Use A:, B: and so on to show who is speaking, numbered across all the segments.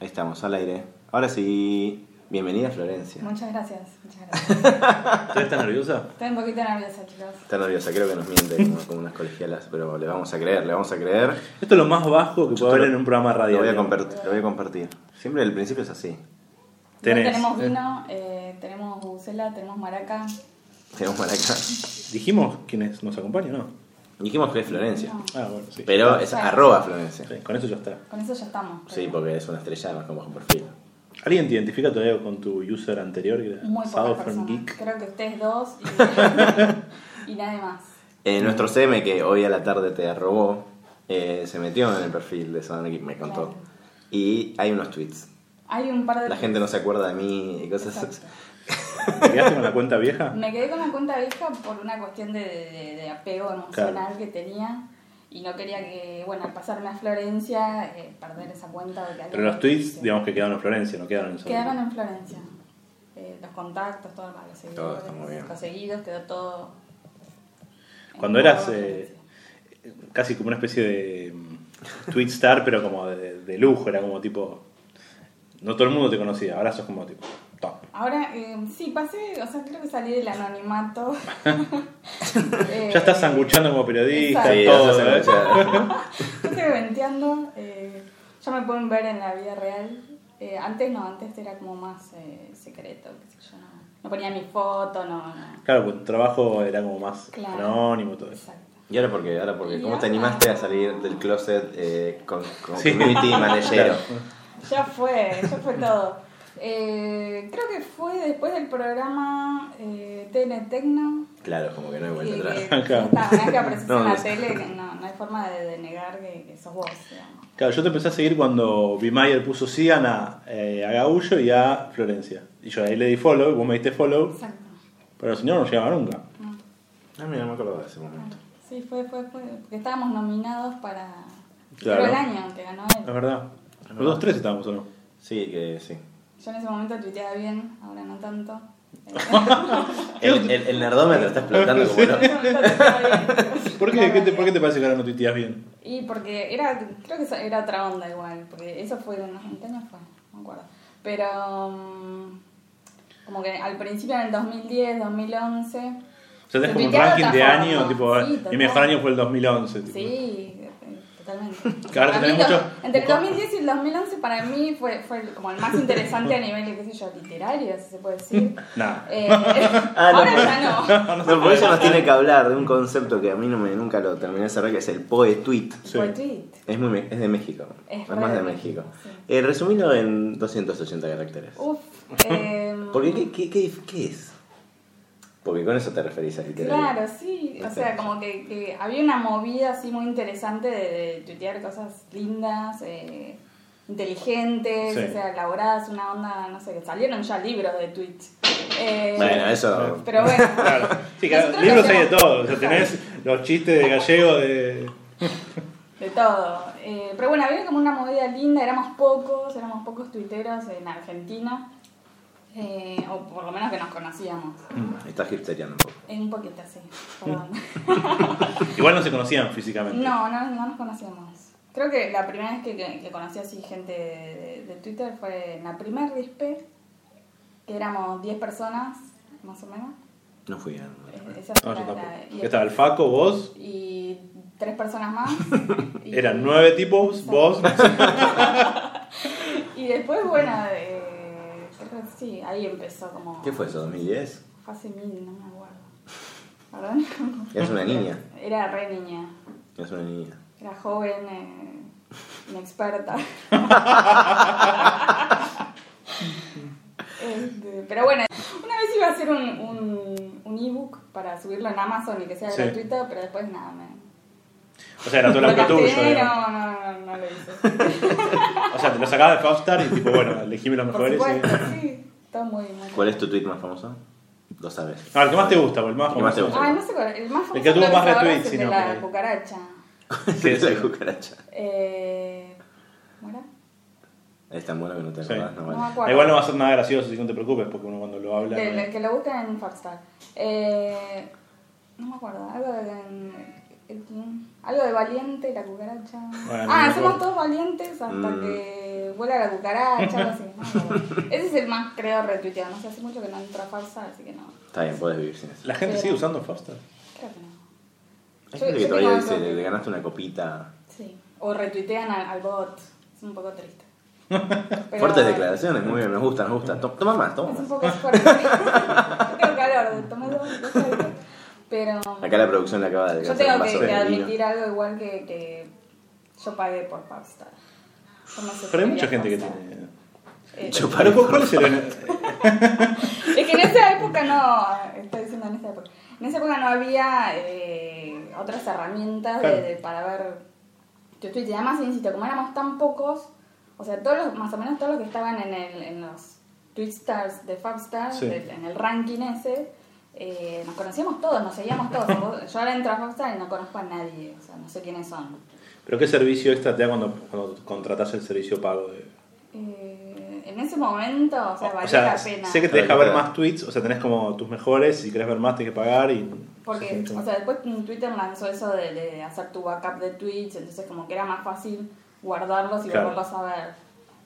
A: Ahí estamos, al aire. Ahora sí, bienvenida Florencia.
B: Muchas gracias, muchas gracias.
C: ¿Tú estás nerviosa?
B: Estoy un poquito nerviosa, chicos.
A: Está nerviosa, creo que nos miente como, como unas colegialas, pero le vamos a creer, le vamos a creer.
C: Esto es lo más bajo que
A: Yo
C: puede
A: te lo-
C: haber en un programa
A: Lo
C: radial.
A: voy, a compart- lo voy a compartir. Siempre el principio es así.
C: Tenés.
B: Hoy tenemos vino, eh, tenemos bucela, tenemos maraca.
A: Tenemos maraca.
C: Dijimos quiénes nos acompañan, ¿no?
A: Dijimos que es Florencia,
B: No,
C: Ah, bueno, sí.
A: pero es
B: Sí.
A: arroba Florencia.
C: Sí, con eso ya está.
B: con eso ya estamos.
A: Sí, porque es una estrella además con bajo perfil.
C: ¿Alguien te identifica todavía con tu user anterior? Que era
B: Muy pocas
C: Southern
B: personas.
C: Geek.
B: Creo que ustedes dos y, y nadie más.
A: Eh, nuestro CM, que hoy a la tarde te robó, eh, se metió en el perfil de Sonic y me contó.
B: Claro.
A: Y hay unos tweets.
B: Hay un par de...
A: La gente no se acuerda de mí y cosas.
B: Exacto.
C: ¿Te quedaste con la cuenta vieja?
B: Me quedé con la cuenta vieja por una cuestión de, de- de apego emocional
C: Claro.
B: que tenía. Y no quería que, bueno, al pasarme a Florencia, eh, perder esa cuenta. De que
C: Pero
B: alguien-
C: los tweets, digamos que quedaron en Florencia, no quedaron en Southern
B: Quedaron
C: Geek.
B: en Florencia. Eh, los contactos, todo más, los
A: Todo
B: seguidores,
A: está muy bien.
B: los seguidos, quedó todo. en
C: Cuando
B: todo
C: eras, eh,
B: Florencia.
C: Casi como una especie de mm, tweet star, pero como de, de lujo. Era como tipo. No todo el mundo te conocía, ahora sos como tipo. Top.
B: Ahora, eh, sí, pasé, o sea, creo que salí del anonimato. Eh,
C: Ya estás sanguchando como periodista,
B: Exacto.
C: y
A: Sí,
C: todo.
A: no se
C: ¿eh?
A: escucha.
B: Yo estoy venteando, eh, ya me pueden ver en la vida real. Eh, antes no, antes era como más eh, secreto, qué sé yo, no, no ponía mi foto, no, no.
C: Claro, pues tu trabajo era como más
B: Claro.
C: anónimo, todo eso.
B: Exacto.
A: ¿Y ahora por qué? Ahora porque,
B: Y
A: ¿cómo te
B: ahora-
A: animaste a salir del closet eh, con, con
C: Sí.
A: community managero?
B: Ya fue, ya fue todo. Eh, creo que fue después del programa eh, Teletecno.
A: Claro, como que no hay
B: que-
A: vuelta
B: que-
A: atrás.
C: Claro.
B: Una vez que apareces
A: No,
B: en la
A: no.
B: tele, que no, no hay forma de, de negar que, que sos vos. digamos.
C: Claro, yo te empecé a seguir cuando Bimayer puso Sigan a, eh, a Gaullo y a Florencia. Y yo ahí le di follow, vos me diste follow,
B: Exacto.
C: pero el señor no llegaba nunca.
B: No.
A: Ah, mira, no me acuerdo de ese momento.
B: Sí, fue, fue, fue. Porque estábamos nominados para.
C: Claro.
B: Pero el año que ganó
C: Es
B: él.
C: verdad. Los dos tres estábamos o no.
A: Sí, que sí.
B: Yo en ese momento tuiteaba bien, ahora no tanto. Eh,
A: El, el, el nerdómetro está explotando como no.
B: yo tuiteaba bien.
C: ¿Por qué, ¿Qué te- ¿Por qué te parece que ahora no tuiteas bien?
B: Y porque era, creo que eso era otra onda igual, porque eso fue unos 20 años fue, no me acuerdo. Pero mm, como que al principio en el 2010, 2011,
C: O sea,
B: Se
C: tenés como un
B: tuiteaba de
C: ranking de
B: otra forma.
C: años, tipo,
B: Sí,
C: mi
B: total.
C: mejor año fue el 2011. tipo.
B: sí, eh, totalmente.
C: Que ahora
B: Para
C: tenés
B: mí,
C: mucho-
B: lo- Entre el 2010 y el 2011 para mí fue, fue el- como el más interesante a nivel, qué sé yo, literario, si se puede decir.
C: Nah.
B: Eh,
A: Ah, no,
B: ahora
A: pues.
B: ya no.
A: No, por eso nos tiene que hablar de un concepto que a mí no me, nunca lo terminé de cerrar, que es el poetweet.
C: Sí.
B: Fue tweet.
A: Es, muy, me- es de México,
B: Es
A: es, más
B: re
A: de
B: de
A: México.
B: México, sí.
A: Eh, resumilo en 280 caracteres.
B: Uf. em,
A: Porque, ¿qué, qué, qué, qué es? Porque con eso te referís a literario.
B: Claro, sí. O sea, como que, que había una movida así muy interesante de, de tuitear cosas lindas, eh, inteligentes,
C: Sí.
B: o sea, elaboradas, una onda, no sé, que salieron ya libros de tweets. Eh,
A: Bueno, eso...
B: Pero bueno,
C: Claro. Sí, claro,
B: Nosotros
C: libros hay de
B: hacemos-
C: todo. O sea, tenés los chistes de gallego de.
B: de todo. Eh, pero bueno, había como una movida linda, éramos pocos, éramos pocos tuiteros en Argentina, eh, o por lo menos que nos conocíamos.
C: Mm.
A: Estás hipsteriando un poco.
B: Eh, Un poquito así, perdón.
C: Igual no se conocían físicamente.
B: No, no, no nos conocíamos. Creo que la primera vez que, que- que conocí así gente de, de Twitter fue en la primer dispe, que éramos 10 personas, más o menos.
A: No fui a...
B: Eh, Esa
C: No,
B: fue la-
C: yo tampoco.
B: la-
C: ¿Qué estaba? El Faco, vos.
B: Y tres personas más. Y-
C: Eran nueve tipos, vos.
B: Y después, bueno, eh, creo que sí, ahí empezó como...
A: ¿Qué fue eso, 2010?
B: Fue hace mil, no me acuerdo. ¿Perdón?
A: Es una niña.
B: Era re niña.
A: Es una niña.
B: Era joven, eh, inexperta. Este, pero bueno, una vez iba a hacer un, un, un ebook para subirlo en Amazon y que sea
C: Sí.
B: gratuito, pero después nada, me.
C: O sea, era todo
B: lo
C: lo que tuyo.
B: gasté,
C: digamos.
B: no, no, no, no lo hice.
C: O sea, te lo sacaba de Faustar y tipo, bueno, elegime los
B: Por
C: mejores.
B: supuesto,
C: y-
B: sí. Todo muy, muy
A: ¿Cuál es tu tweet más famoso? Lo sabes.
C: Ah, el que más te gusta, o el más
A: El que más te
C: famoso.
B: Ay, no sé cuál. El más famoso
C: El que tuvo
B: creo
C: más
B: es ahora
C: retweets,
B: es el
C: si
B: de
C: no,
B: la
C: pero-
B: cucaracha.
C: Sí, sí.
A: La cucaracha.
B: Eh, ¿Cómo era?
A: Es tan bueno que no te
C: Sí.
A: acordás, no vale.
B: No me acuerdo.
C: Igual no va a ser nada gracioso, así que no te preocupes, porque uno cuando lo habla.
B: De-
C: no-
B: de- que lo buscan en Farstar. Eh, no me acuerdo, algo de, en- Algo de valiente, la cucaracha.
C: Bueno, no
B: ah,
C: me
B: somos
C: acuerdo.
B: todos valientes hasta
A: Mm.
B: que vuela la cucaracha, algo así. No me acuerdo. Ese es el más, creo, retuiteado. No sé, hace mucho que no entra farsa, así que no.
A: Está bien, puedes vivir sin eso.
C: ¿La gente sigue usando Fostar?
B: Creo que no.
A: Hay
B: Yo-
A: gente que
B: yo
A: todavía
B: tengo
A: dice,
B: algo que-
A: le ganaste una copita.
B: Sí. O retuitean al, al bot. Es un poco triste. Pero- eh.
A: Fuertes declaraciones, muy bien, nos gusta, nos gusta. To- Toma más, toma
B: Es un
A: más.
B: poco fuerte. Tengo calor, tomé dos cosas. Pero
A: Acá la producción le acaba de
B: yo
A: alcanzar un
B: tengo que,
A: vaso
B: que
A: de vino.
B: admitir algo igual que, que yo pagué por Popstar. Yo no sé si
C: Pero hay
B: quería
C: mucha gente que
B: Popstar.
C: tiene.
B: Eh,
A: Yo
C: Pero, ¿cu- ¿Cuál es el.?
B: es que en esa época no, estoy diciendo en esa época, en esa época no había eh, otras herramientas de-
C: Claro.
B: de- para ver tu tweet. Y además, insisto, como éramos tan pocos, o sea, todos los- más o menos todos los que estaban en, el, en los tweet stars de Fabstar,
C: Sí.
B: del- en el ranking ese, eh, nos conocíamos todos, nos seguíamos todos. Vos- Yo ahora entro a Fabstar y no conozco a nadie, o sea, no sé quiénes son.
C: ¿Pero qué servicio extra te da cuando, cuando contratas el servicio pago? De...
B: Eh, en ese momento, o sea, valía
C: o sea,
B: la pena.
C: sé que te deja
A: Vale
C: ver
A: la pena.
C: más tweets, o sea, tenés como tus mejores, si querés ver más tenés que pagar y...
B: Porque,
C: Sí,
B: o sea, después Twitter lanzó eso de, de hacer tu backup de tweets, entonces como que era más fácil guardarlos y
C: Claro.
B: volverlos a ver.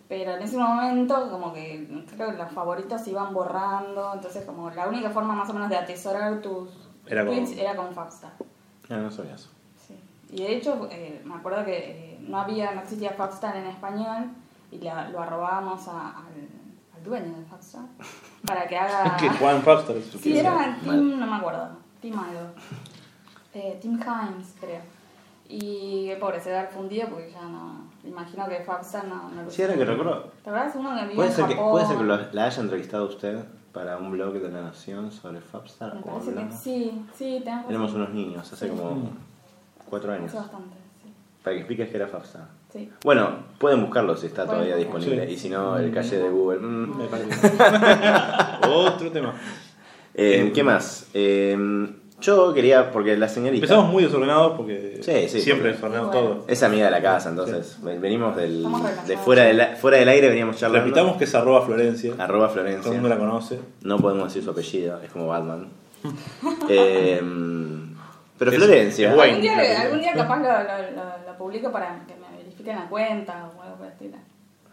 B: Pero en ese momento como que creo que los favoritos se iban borrando, entonces como la única forma más o menos de atesorar tus
C: Era con-
B: tweets era con Fabstar.
A: Ah, no sabía eso.
B: Sí. Y de hecho eh, me acuerdo que eh, no había, no existía Fabstar en español y la- lo arrobábamos a- al, al dueño de Fabstar para que haga...
C: Que Juan Fabster es
B: Sí, era
A: Mal.
B: Team, no me acuerdo, Team algo. Eh, team Hines, creo. Y eh, pobre, se da el fundido porque ya no. Imagino que Fabstar no, no lo
A: Sí, ahora que recuerdo.
B: ¿Te acuerdas? Uno que vive
A: ¿Puede
B: en
A: ser, que,
B: Japón.
A: ¿Puede ser que lo- la haya entrevistado usted para un blog de la Nación sobre Fabstar?
B: Me
A: o
B: parece que
A: hablamos?
B: sí, sí, tenés razón.
A: Éramos unos niños, hace como cuatro años.
B: Hace bastante, sí.
A: Para que expliques que era Fabstar.
B: sí.
A: Bueno, pueden buscarlo si está
B: Pueden
A: todavía
B: buscar.
A: disponible.
C: Sí.
A: Y si no, el calle de Google. mm.
C: Me parece. Otro tema.
A: Eh, ¿Qué más? Eh, yo quería, porque la señorita
C: Empezamos muy desordenados porque
A: Sí, sí,
C: siempre
A: porque-
C: desordenamos
B: Bueno.
C: todo.
A: es amiga de la casa, entonces ven- venimos del,
B: Estamos
A: de
B: relajados.
A: fuera del, a- fuera del aire, veníamos charlando.
C: Repitamos que es arroba Florencia.
A: Arroba
C: Todo el mundo
A: Florencia.
C: la conoce.
A: No podemos decir su apellido, es como Batman. Eh, pero
C: Es-
A: Florencia.
C: es Wayne.
B: algún, día,
C: creo que-
B: algún día capaz lo, lo, lo- lo publico para que me verifiquen la cuenta o algo por el estilo.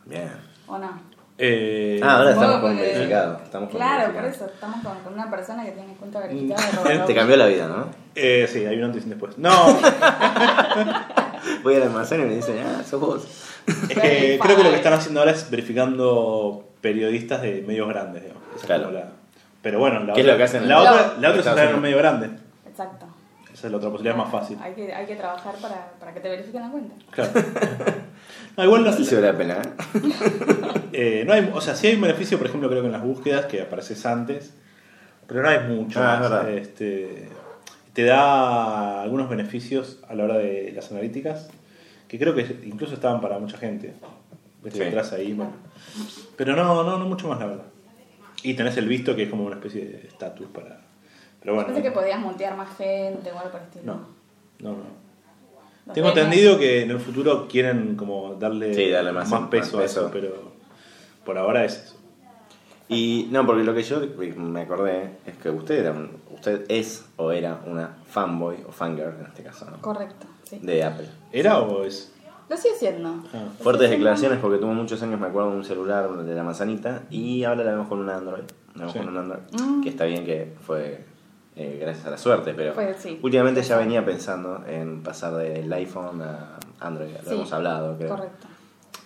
A: Bien.
B: ¿O no?
C: Eh,
A: Ah, ahora estamos
B: Supongo
A: con
B: porque-
A: verificado. Estamos con
B: Claro, por
A: verificado.
B: eso. Estamos con, con una persona que tiene cuenta verificada. de Roblox.
C: Este-
A: Te cambió la vida, ¿no?
C: eh, sí, hay un antes y un después. No,
A: Voy al almacén y me dicen, ah, sos vos.
C: es que creo que lo que están haciendo ahora es verificando periodistas de medios grandes. digamos. Esa es
A: Claro.
C: como la- Pero bueno, la
A: ¿Qué es
C: otra,
A: lo que hacen
C: la
A: en-
C: otra, la otra es
A: Estados
C: entrar en un
A: Unidos?
C: medio grande.
B: Exacto.
C: Esa es la otra posibilidad más fácil.
B: Hay que, hay que trabajar para, para que te verifiquen la cuenta.
C: Claro. No, igual no,
A: Sí se vale la pena, ¿eh?
C: eh, no hay, o sea, sí hay un beneficio, por ejemplo, creo que en las búsquedas que apareces antes, pero no hay mucho.
A: Ah,
C: más.
A: es verdad.
C: Este, te da algunos beneficios a la hora de las analíticas, que creo que incluso estaban para mucha gente. Viste,
A: Sí.
C: entras ahí, bueno. Pero no, no, no mucho más, la verdad. Y tenés el visto que es como una especie de estatus para. Pero bueno.
B: Pensé que podías montear más gente o algo por el estilo.
C: No, no, no.
B: Los
C: Tengo
B: trenes.
C: entendido que en el futuro quieren como darle,
A: Sí, darle más-
C: peso
A: más
C: a eso,
A: peso.
C: pero por ahora es eso.
A: Y no, porque lo que yo me acordé es que usted era un- usted es o era una fanboy o fangirl en este caso, ¿no?
B: Correcto, sí.
A: De Apple.
C: ¿Era o es?
B: Lo sigue siendo.
C: Ah.
B: Lo
A: Fuertes
B: sigue siendo.
A: declaraciones porque tuvo muchos años, me acuerdo, un celular de la manzanita y ahora la vemos con un Android. La vemos
C: Sí.
A: con un Android.
B: Mm.
A: Que está bien que fue eh, gracias a la suerte, pero
B: Fue, sí.
A: últimamente ya venía pensando en pasar del iPhone a Android. Lo
B: Sí.
A: hemos hablado, creo.
B: Correcto.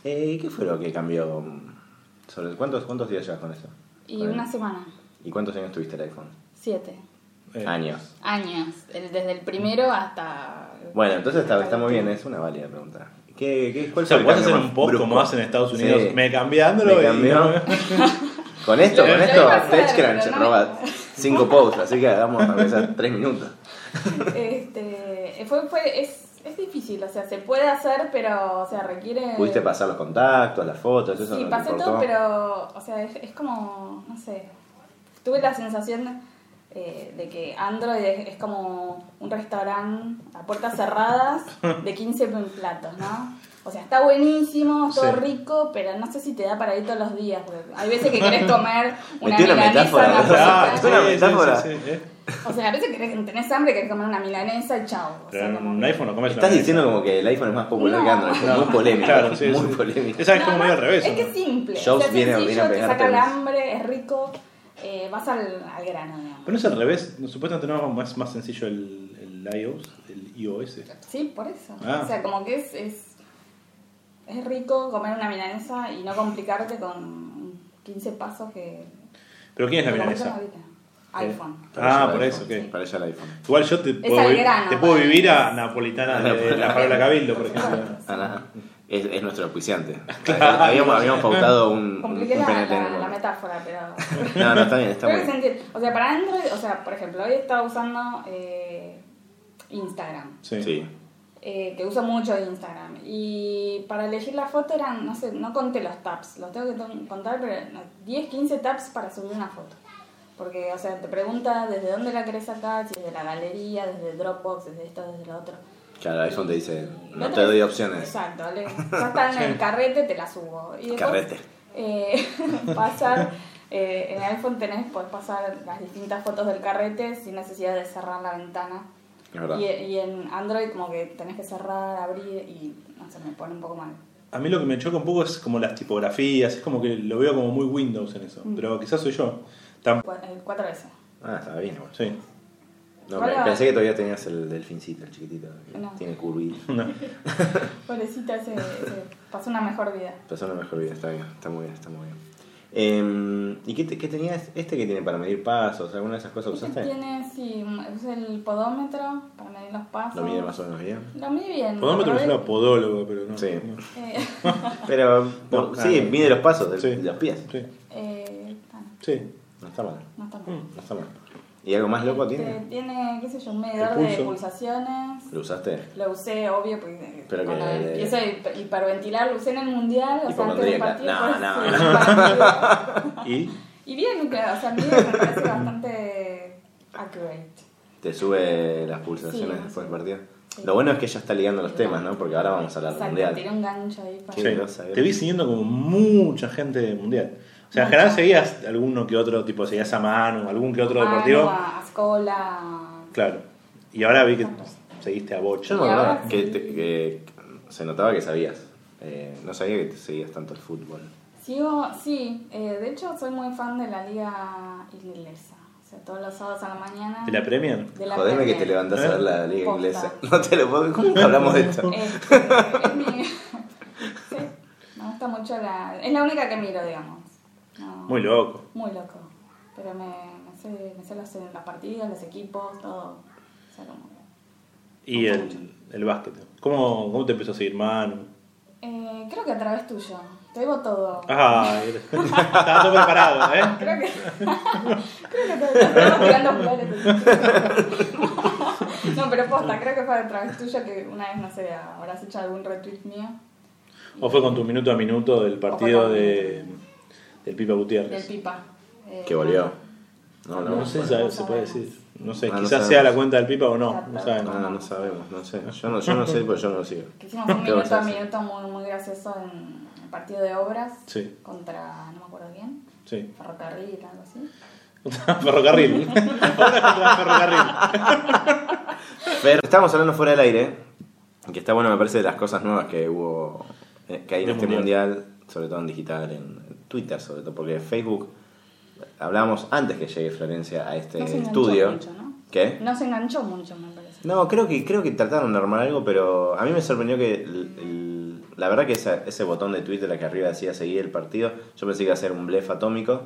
A: Eh, ¿Qué fue lo que cambió? Sobre, ¿cuántos, ¿Cuántos días llevas con eso?
B: Y
A: Con el-
B: una semana.
A: ¿Y cuántos años tuviste el iPhone?
B: Siete.
C: Eh,
A: Años.
B: Años. el- Desde el primero hasta.
A: Bueno, entonces está, está muy bien, ¿eh?
B: eso.
A: es una válida pregunta. ¿Qué, qué,
C: O
A: ¿Cuál fue
C: sea,
A: el
C: puedes
A: cambio
C: hacer
A: más
C: un post
A: brusco?
C: como hacen en Estados Unidos.
A: Sí.
C: Me cambié a Android.
A: Me cambió. Con esto,
B: Lo-
A: con
B: lo
A: esto,
B: iba a hacer,
A: TechCrunch
B: pero no
A: roba
B: me-
A: 5 posts, así que hagamos a veces 3 minutos.
B: Este. Fue, fue, es, es difícil, o sea, se puede hacer, pero, o sea, requiere.
A: Pudiste pasar los contactos, las fotos, eso
B: Eh. Sí,
A: no te
B: pasé
A: importó.
B: todo, pero, o sea, es, es como, no sé, tuve la sensación eh, de que Android es, es como un restaurante a puertas cerradas de 15 platos, ¿no? O sea, está buenísimo, es todo
C: Sí.
B: rico, pero no sé si te da para ir todos los días. porque hay veces que quieres comer una
A: Metí una
B: milanesa,
A: metáfora,
B: una
C: Ah,
A: ¿verdad?
B: cosita.
A: Es una metáfora.
C: sí, sí, sí, eh.
B: O sea, a veces querés, tenés hambre, querés comer una milanesa y chao. O sea,
C: Pero en
B: como
C: un
B: que-
C: iPhone no comes
A: Estás
C: una
A: diciendo
C: milanesa.
A: como que el iPhone es más popular
B: No.
A: que Android.
C: No.
A: muy polémico.
C: Claro, sí,
A: muy
C: sí.
A: polémico.
C: Esa es
B: No,
C: como
B: no,
C: medio al revés.
B: Es
C: ¿o
B: que
C: no?
B: es simple.
A: Jobs
B: o sea, es
A: viene-
B: sencillo,
A: viene a
B: te
A: pegarte
B: saca el
A: unos.
B: hambre, es rico, eh, vas al, al grano, digamos.
C: Pero no es al revés. Supuestamente no es más, más sencillo el, el iOS. El iOS.
B: Sí, por eso.
C: Ah.
B: O sea, como que es, es, es rico comer una milanesa y no complicarte con 15 pasos que...
C: Pero ¿quién es la
B: que comés
C: milanesa?
B: ahorita. iPhone.
A: Para
C: Ah,
A: ella
C: por
A: el
C: eso,
A: iPhone,
C: ok.
A: Para ella el iPhone.
C: Igual yo te puedo,
B: al
C: vi-
B: grano,
C: te puedo
B: para
C: vivir
B: mí.
C: a Napolitana de, de la Farola Cabildo, por ejemplo.
A: Ah, nada. Es, es nuestro auspiciante. Habíamos, habíamos pautado un, un,
B: Compliqué
A: un
B: la,
A: PNT en
B: la,
A: el
B: la
A: momento.
B: metáfora, pero...
A: No, no, está bien, está
B: Creo
A: muy
B: que se
A: bien.
B: entiende. O sea, para Android, o sea, por ejemplo, hoy estaba usando eh, Instagram.
C: Sí.
A: Sí.
B: eh, que uso mucho Instagram. Y para elegir la foto eran, no sé, no conté los tabs, los tengo que to- contar, pero no, 10, 15 tabs para subir una foto. Porque, o sea, te pregunta desde dónde la querés sacar, si desde la galería, desde Dropbox, desde esto, desde lo otro.
A: Claro, el iPhone te dice,
B: Y
A: no
B: la
A: te
B: otra-
A: doy opciones.
B: Exacto, le- ya está en el carrete, te la subo. Y después,
A: Carrete.
B: eh, pasar, eh, en el iPhone tenés, podés pasar las distintas fotos del carrete sin necesidad de cerrar la ventana.
A: Es verdad.
B: Y, y en Android como que tenés que cerrar, abrir y no sé, me pone un poco mal.
C: A mí lo que me choca un poco es como las tipografías. Es como que lo veo como muy Windows en eso.
B: Mm.
C: Pero quizás soy yo. Tam-
B: Cu- eh, Cuatro veces.
A: Ah, estaba bien igual.
C: sí.
A: No,
B: Hola.
A: me- pensé que todavía tenías el delfincito, el chiquitito. que
B: No.
A: Tiene curvita.
C: No.
B: Pobrecita, se, se pasó una mejor vida.
A: Pasó una mejor vida, está bien, está muy bien, está muy bien. Em, ¿Y qué, te- qué tenías? ¿Este que tiene para medir pasos? ¿Alguna de esas cosas
B: Este
A: usaste?
B: tiene, sí, es el podómetro para medir los pasos.
A: Lo mide más o menos bien.
B: Lo mide bien.
C: Podómetro me
B: pero
C: suena a podólogo, pero no.
A: Sí.
C: no.
B: eh,
A: Pero
C: No,
A: por-
C: ah,
A: sí,
C: no.
A: mide los pasos del-
C: Sí.
A: de los pies.
C: Sí.
B: eh, tan,
C: Sí.
A: No está mal,
B: no está mal.
A: no está mal. ¿Y algo Mm. más loco
B: Este,
A: tiene?
B: Tiene, qué sé yo, un medidor
C: El
B: de
C: pulso.
B: pulsaciones.
A: ¿Lo usaste?
B: Lo usé, obvio, porque
A: Pero que-
B: cuando empiezo a hiper- hiperventilar, lo usé en el mundial, o sea, antes del
A: Hipocondríaca.
B: partido.
A: No,
B: pues,
A: no,
B: sí,
A: no.
B: partido.
C: Y
B: Y bien, claro, o sea, a mí me parece bastante accurate.
A: ¿Te sube las pulsaciones
B: Sí.
A: después del partido?
B: Sí.
A: Lo bueno es que ya está ligando los temas, ¿no? Porque ahora vamos a hablar del
B: Exacto, tiene
A: mundial.
B: un gancho ahí para...
A: Sí.
C: Sí,
A: no sabía.
C: te vi siguiendo como mucha gente del mundial. O sea, en general seguías alguno que otro, tipo, seguías a Manu, algún que otro
B: Manu,
C: deportivo.
B: A Ascola...
C: Claro. Y ahora vi que seguiste a Bocha.
A: Yo no me
B: Y ahora
A: acordaba que,
B: sí.
A: te- que se notaba que sabías. Eh, no sabía que te seguías tanto el fútbol.
B: Sigo, sí, eh, de hecho soy muy fan de la liga inglesa. O sea, todos los sábados a la mañana...
C: ¿Te la premian?
B: de la
A: Jodeme que
B: Premier.
A: te levantás a ver la liga
B: Posta.
A: inglesa. No te lo puedo... ¿Cómo hablamos de esto?
B: Este, es mi... sí, me gusta mucho la... Es la única que miro, digamos. No.
C: Muy loco.
B: Muy loco. Pero me, me sé, me sé los, los partidos, los equipos, todo. O sea, como que-
C: Y el, el básquet. ¿Cómo, ¿Cómo te empezó a seguir Manu?
B: Eh, creo que a través tuyo. Te digo todo.
A: Ah.
C: Ay, estaba todo preparado, ¿eh?
B: Creo que. creo que te estaba tirando flores. no, pero posta, creo que fue a través tuyo que una vez, no sé, habrás hecho algún retweet mío
C: ¿O fue con tu minuto a minuto del partido de, del Pipa
B: del
C: Gutiérrez?
B: Pipa. Eh,
A: Que volvió. No, no,
C: No sé si se puede decir. No sé,
A: Ah, no
C: quizás
A: sabemos.
C: sea la cuenta del Pipa o no. No
A: No,
C: saben.
A: no, no sabemos, no sé. Yo no, yo no sé porque yo no lo sigo.
B: Que hicimos un
A: ¿Qué vas
B: minuto
A: a
B: a
A: hacer?
B: minuto muy, muy gracioso en el partido de obras
C: Sí.
B: contra, no me acuerdo bien,
C: Sí.
B: ferrocarril, algo así.
C: ferrocarril. Ahora contra ferrocarril.
A: Pero estábamos hablando fuera del aire, que está bueno, me parece, de las cosas nuevas que hubo, eh, que hay en
C: Del
A: este mundial. sobre todo en digital, en Twitter, sobre todo, porque Facebook, hablábamos antes que llegue Florencia a este
B: No se enganchó
A: estudio.
B: mucho, ¿no?
A: ¿Qué?
B: No se enganchó mucho, me parece.
A: No, creo que, creo que trataron de armar algo, pero a mí me sorprendió que el- el- la verdad que esa- ese botón de Twitter que arriba decía seguir el partido, yo pensé que iba a ser un blef atómico.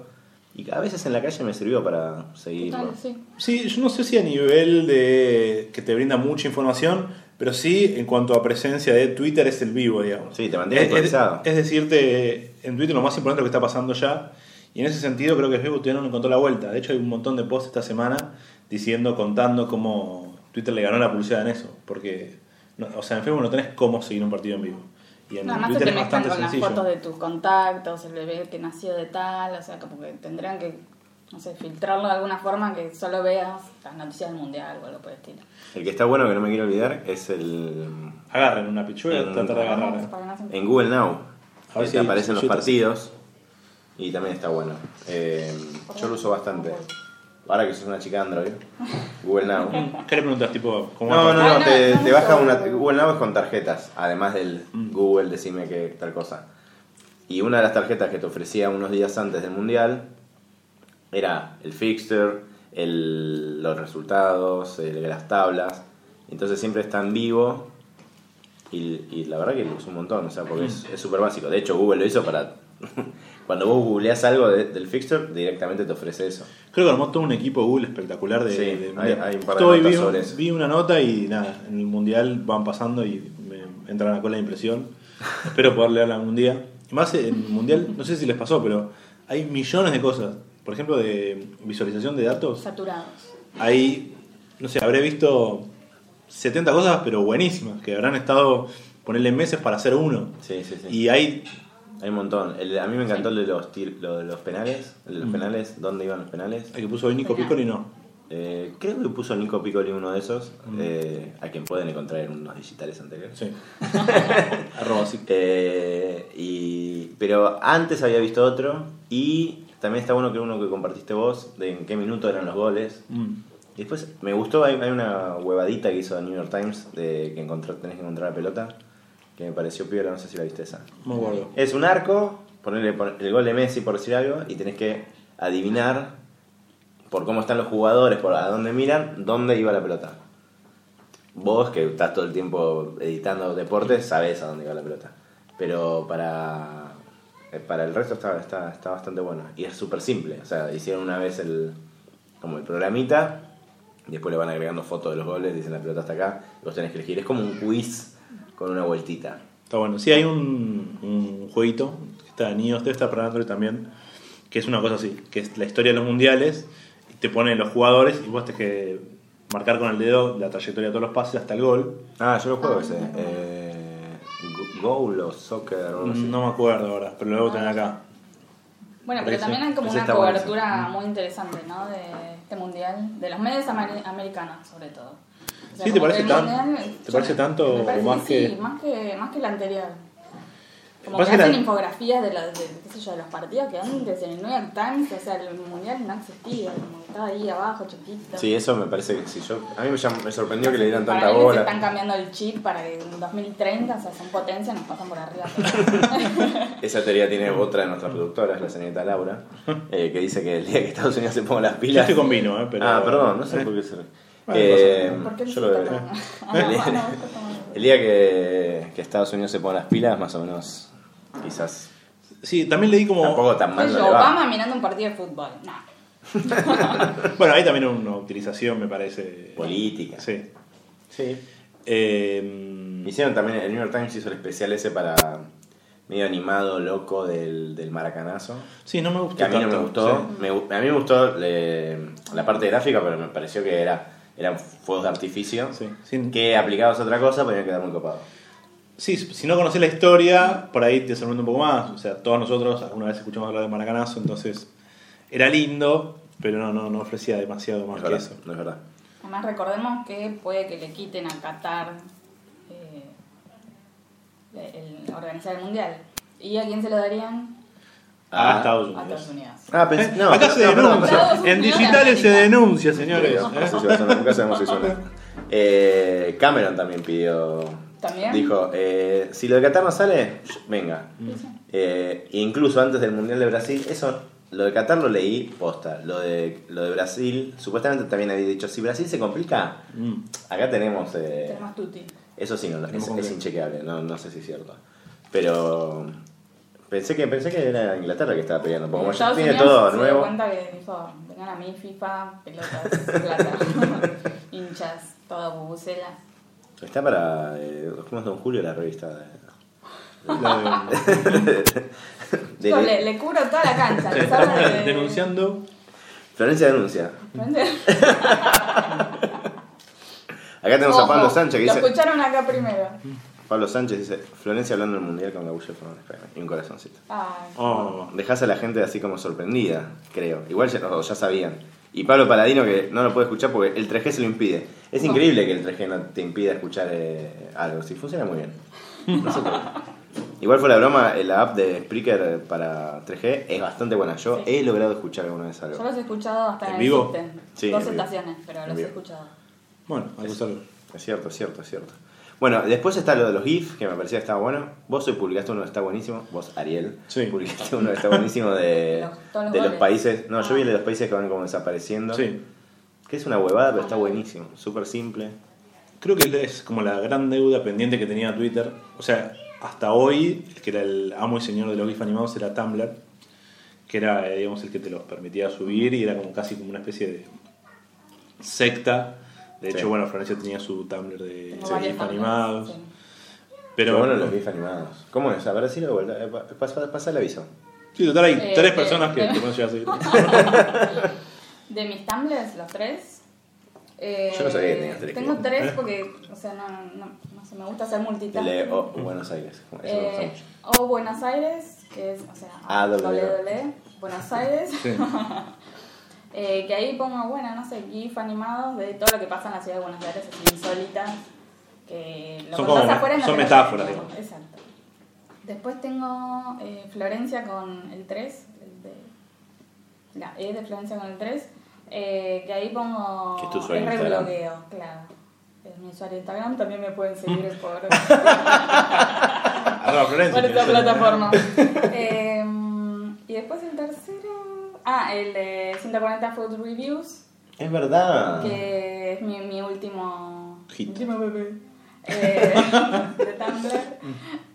A: Y a veces en la calle me sirvió para seguirlo.
B: Total, sí.
C: Sí, yo no sé si a nivel de que te brinda mucha información, pero sí en cuanto a presencia de Twitter es el vivo, digamos.
A: Sí, te mantiene
C: Es- es,
A: actualizado.
C: es decirte en Twitter lo más importante es lo que está pasando ya. Y en ese sentido creo que Facebook todavía no encontró la vuelta. De hecho hay un montón de posts esta semana diciendo, contando cómo Twitter le ganó la pulsada en eso. Porque, no- o sea, en Facebook no tenés cómo seguir un partido en vivo. Y en
B: Nada más se
C: Twitter
B: te
C: es
B: mezclan
C: bastante
B: con las
C: sencillo.
B: fotos de tus contactos, el bebé que nació de tal, o sea, como que tendrían que, no sé, filtrarlo de alguna forma que solo veas las noticias del mundial o algo por el estilo.
A: El que está bueno, que no me quiero olvidar, es el
C: Agarren una pichuela,
A: En-
C: tratar de agarrar.
B: Para no hacer-
A: en Google Now.
C: A ver
A: que
C: si
A: te aparecen los
C: yo te-
A: partidos y también está bueno. Eh, yo lo uso bastante. Ahora que sos una chica Android, Google Now.
C: ¿Qué le preguntas? Tipo, ¿cómo
A: No, no,
C: va?
A: no,
B: Ah, no,
A: te,
B: no,
A: te
B: no,
A: baja
B: no.
A: una. Google Now es con tarjetas, además del Google, decime que tal cosa. Y una de las tarjetas que te ofrecía unos días antes del mundial era el fixture, el- los resultados, el- las tablas. Entonces siempre está en vivo. Y, y la verdad que lo uso un montón, o sea, porque es es súper básico. De hecho, Google lo hizo para. Cuando vos googleás algo de- del fixture, directamente te ofrece eso.
C: Creo que armó todo un equipo Google espectacular de,
A: Sí,
C: de
A: hay-
C: mundial.
A: hay un par de
C: Justo hoy
A: notas
C: vi,
A: sobre eso.
C: vi una nota y nada, en el mundial van pasando y me entra la cola de impresión. Espero poder leerla algún día. Y más en el mundial, no sé si les pasó, pero hay millones de cosas. Por ejemplo, de visualización de datos.
B: Saturados.
C: Hay, no sé, habré visto 70 cosas, pero buenísimas, que habrán estado ponerle meses para hacer uno.
A: Sí, sí, sí.
C: Y hay
A: Hay un montón. El- a mí me encantó el de los, tir- lo de los penales. El de los penales, ¿dónde iban los penales?
C: el que puso hoy Nico
B: Penal.
C: Piccoli, no.
A: Eh, creo que puso Nico Piccoli uno de esos, eh, a quien pueden encontrar en unos digitales anteriores.
C: Sí. Arroba así.
A: Eh, y, pero antes había visto otro y también está bueno que uno que compartiste vos, de en qué minuto eran los goles.
C: Mm.
A: Y después me gustó, hay, hay una huevadita que hizo The New York Times de que encontró, tenés que encontrar la pelota, que me pareció piola, no sé si la viste esa.
C: Me acuerdo.
A: Es un arco, ponerle el gol de Messi por decir algo, y tenés que adivinar por cómo están los jugadores, por a dónde miran, dónde iba la pelota. Vos, que estás todo el tiempo editando deportes, sabés a dónde iba la pelota. Pero para, eh, para el resto está, está, está bastante bueno. Y es súper simple. O sea, hicieron una vez el, como el programita, y después le van agregando fotos de los goles, dicen la pelota está acá, y vos tenés que elegir. Es como un quiz con una vueltita.
C: Está bueno. Sí, hay un, un jueguito que está en iOS, debe estar para Android también, que es una cosa así, que es la historia de los mundiales, y te ponen los jugadores y vos tenés que marcar con el dedo la trayectoria de todos los pases hasta el gol.
A: Ah, yo lo juego ese. Eh, Go- Goal o Soccer o algo así.
C: No me acuerdo ahora, pero luego tenés acá.
B: Bueno,
C: Parece-
B: pero también hay como
A: ese
B: una
A: está bueno,
B: cobertura muy interesante, ¿no? De este mundial, de los medios ameri- americanos, sobre todo. O sea,
C: Sí, ¿te
B: como
C: parece
B: que el
C: tan-
B: mundial-
C: te parece tanto
B: me parece
C: o más
B: sí,
C: que-
B: más que más que el anterior. Como que
C: Pasa que
B: hacen
C: la-
B: infografías de los, de, qué sé yo, de los partidos que antes en el New York Times, o sea, el mundial no existía, como que estaba ahí abajo, chiquito.
A: Sí, eso me parece que sí. Yo, a mí me, llam- me sorprendió que le dieran
B: Para
A: tanta
B: mí que se están
A: bola.
B: cambiando el chip para que en 2030, o sea, son potencia, nos pasan por arriba.
A: Esa teoría tiene otra de nuestras productoras, la señorita Laura, eh, que dice que el día que Estados Unidos se ponga las
C: Yo
A: pilas.
C: estoy con vino, ¿eh? Pero,
A: Ah, perdón, no sé por qué se. Eh,
B: ¿Por qué
A: yo
B: no
A: lo
B: se
A: veré.
B: toma? Ah, no, ah, no, esto toma-
A: El día que, que Estados Unidos se ponga las pilas, más o menos, quizás.
C: Sí, también leí como...
A: Tampoco tan mal
B: Soy
A: no
B: yo,
A: le va.
B: Obama mirando un partido de fútbol. No.
C: Bueno, ahí también una utilización, me parece.
A: Política.
C: Sí.
A: sí.
C: Eh,
A: Hicieron también, el New York Times hizo el especial ese para medio animado, loco, del, del maracanazo.
C: sí, no me
A: Que
C: gustó
A: a mí no me
C: tanto,
A: gustó.
C: sí.
A: Me gu- a mí me gustó eh, la parte gráfica, pero me pareció que era eran fuegos de artificio.
C: Sí, sí.
A: Que aplicados a otra cosa podían quedar muy copados.
C: Sí, si no conoces la historia, por ahí te sorprende un poco más. O sea, todos nosotros alguna vez escuchamos hablar de Maracanazo, entonces era lindo, pero no, no, no ofrecía demasiado
A: No
C: más
A: es
C: que
A: verdad,
C: eso.
A: no es verdad.
B: Además, recordemos que puede que le quiten a Qatar eh, el organizar el mundial. ¿Y a quién se lo darían?
C: A
A: Ah.
C: Estados
B: A
C: Unidos.
B: Estados Unidos.
A: Ah, pensé, no,
C: Eh, Acá
A: no,
C: se
A: no, perdón,
C: denuncia.
A: perdón.
B: Estados
C: En
B: Unidos de
C: digitales se
B: América.
C: denuncia, señores. eh.
A: No sé si va a sonar, nunca sabemos si suena. Eh, Cameron también pidió.
B: ¿También?
A: Dijo: eh, si lo de Qatar no sale, venga.
B: Dicen,
A: Eh, incluso antes del Mundial de Brasil, eso, lo de Qatar lo leí posta. Lo de, lo de Brasil, supuestamente también había dicho, si Brasil se complica,
C: Mm.
A: acá tenemos... eh,
B: Tenemos tutti.
A: eso sí, no,
C: Tenemos
A: es,
C: con
A: es
C: qué.
A: inchequeable, no, no sé si es cierto. Pero pensé que pensé que era Inglaterra que estaba peleando, porque como ya
B: Estados
A: tiene
B: Unidos
A: todo
B: se dio
A: nuevo...
B: cuenta que dijo, vengan a mí FIFA, pelotas, plata, hinchas, todo, bubucelas.
A: Está para... Eh, ¿Cómo es Don Julio la revista? De,
C: La
A: de-
B: Yo le, le cubro toda la cancha.
C: de-
B: les hablo de-
C: Denunciando.
A: Florencia denuncia. Acá
B: Acá
A: tenemos a Pablo Sánchez que
B: Lo
A: dice...
B: escucharon acá primero.
A: Pablo Sánchez dice, Florencia hablando del Mundial con Gabucho Fernández Jaime", y un corazoncito.
B: Ay.
C: Oh,
A: Dejás a la gente así como sorprendida, creo. Igual ya, o ya sabían. Y Pablo Paladino que no lo puede escuchar porque el 3G se lo impide. Es
B: No.
A: increíble que el 3G no te impida escuchar eh, algo. Si funciona muy bien. No sé por qué. Igual fue la broma, eh, la app de Spreaker para 3G es bastante buena. Yo
B: Sí.
A: he logrado escuchar alguna vez algo.
B: Yo los he escuchado hasta
C: ¿En
B: en el
C: vivo?
B: System.
A: Sí,
B: Dos
A: en vivo.
B: estaciones, pero
A: En
B: los he
A: vivo.
B: escuchado.
C: Bueno, hay que usarlo.
A: Es cierto, es cierto, es cierto. Bueno, después está lo de los GIFs, que me parecía que estaba bueno. Vos hoy publicaste uno que está buenísimo, vos Ariel,
C: Sí.
A: publicaste uno que está buenísimo de,
B: Los- todos los
A: de los
B: goles.
A: países. No, yo
B: Ah.
A: vi el de los países que van como desapareciendo.
C: Sí.
A: Que es una huevada, pero está
B: Ah.
A: buenísimo. Súper simple.
C: Creo que es como la gran deuda pendiente que tenía Twitter. O sea, hasta hoy, el que era el amo y señor de los GIF animados era Tumblr, que era, eh, digamos, el que te los permitía subir y era como casi como una especie de secta. De hecho,
A: Sí.
C: bueno, Florencia tenía su Tumblr de
B: Tengo
C: GIF
B: varios también,
C: animados.
B: sí.
A: Pero
C: Pero
A: bueno, los GIFs animados. ¿Cómo es? A ver, decirlo de vuelta. Eh, pa- Pasa, pasa el aviso.
C: Sí, total, hay
B: Eh,
C: tres
B: eh,
C: personas que,
B: eh.
C: que pueden llegar a seguir.
B: De mis tumblers, los tres. eh,
A: Yo no sabía que tenías tres.
B: Tengo tres porque, o sea, no, no, no sé, me gusta hacer
A: El
B: multitasking.
A: de O- Buenos Aires. Eso me gusta
B: Eh,
A: mucho.
B: o Buenos Aires, que es, o sea,
A: Ah, doble.
B: www, Buenos Aires.
C: Sí.
B: Eh, que ahí pongo, bueno, no sé, GIF animados de todo lo que pasa en la ciudad de Buenos Aires, así insólitas. Que lo
C: Son
B: contás
C: como-
B: afuera y no
C: son
B: te lo
C: metáforas,
B: crees,
C: digamos.
B: Exacto. Después tengo eh, Florencia con el 3, el de- la E de Florencia con el 3, eh, que ahí pongo
A: Que es tu usuario
B: el
A: de Instagram.
B: reblogueo, claro. Es mi usuario de Instagram, también me pueden seguir por...
C: Arroba Ah, Florencia.
B: Por
C: que
B: esta
C: es el-
B: plataforma. Eh, y después el tercero. Ah, el de 140 Food Reviews,
A: Es verdad.
B: que es mi, mi último.
A: Ah. Hit.
B: Último bebé. Eh, de Tumblr.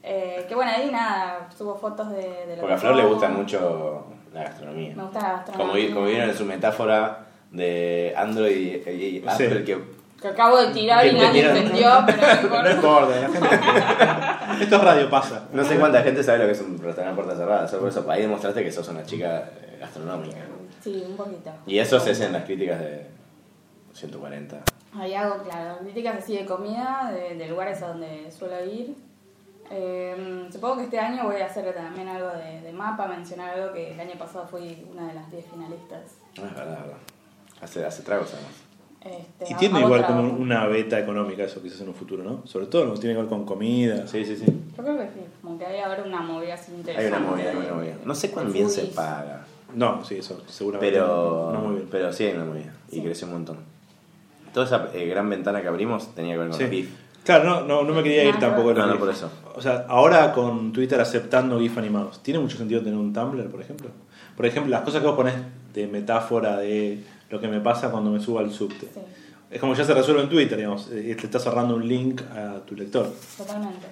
B: Eh, que bueno, ahí nada, subo fotos de, de lo
A: Porque
B: que
A: a Flor le
B: como.
A: gusta mucho la gastronomía.
B: Me gusta la gastronomía.
A: Como, vi- como vieron en su metáfora de Android y, y
C: Sí.
A: Apple, que
B: Que acabo de tirar
A: Que
B: y nadie
A: entendieron.
B: entendió, pero no
C: No
B: importa.
C: importa, la gente. Esto es radio, pasa.
A: no sé cuánta gente sabe lo que es un restaurante a puerta cerrada. Solo por eso, ahí demostraste que sos una chica eh, gastronómica.
B: Sí, un poquito.
A: Y eso se hace en las críticas de 140.
B: Ahí hago, claro, críticas así de comida, de, de lugares a donde suelo ir. Eh, supongo que este año voy a hacer también algo de, de mapa, mencionar algo que el año pasado fui una de las 10 finalistas.
A: No es verdad, es verdad. Hace, hace tragos además.
B: Este,
C: Y
B: ha-
C: tiene
B: hago
C: igual como
B: trabajo.
C: una beta económica eso quizás en un futuro, ¿no? Sobre todo lo que tiene que ver con comida.
A: Sí, sí, sí.
B: Yo creo que sí, como que hay ahora una movida así
A: Hay
B: interesante.
A: una movida, hay una movida. No sé cuán
B: de
A: bien se
B: foodies.
A: paga,
C: No, sí, eso seguramente.
A: pero,
C: No muy bien.
A: pero sí hay una movida. Y
B: Sí.
A: creció un montón. Toda esa eh, gran ventana que abrimos tenía que ver con
C: Sí.
A: los GIF.
C: Claro, no, no, no me quería ir
B: Ah,
C: tampoco.
A: No,
C: al
A: no,
C: GIF.
A: por eso.
C: O sea, ahora con Twitter aceptando GIF animados, ¿tiene mucho sentido tener un Tumblr, por ejemplo? Por ejemplo, las cosas que vos pones de metáfora de lo que me pasa cuando me subo al subte.
B: Sí,
C: Es como ya se resuelve en Twitter, digamos. eh, Te está cerrando un link a tu lector.
B: totalmente.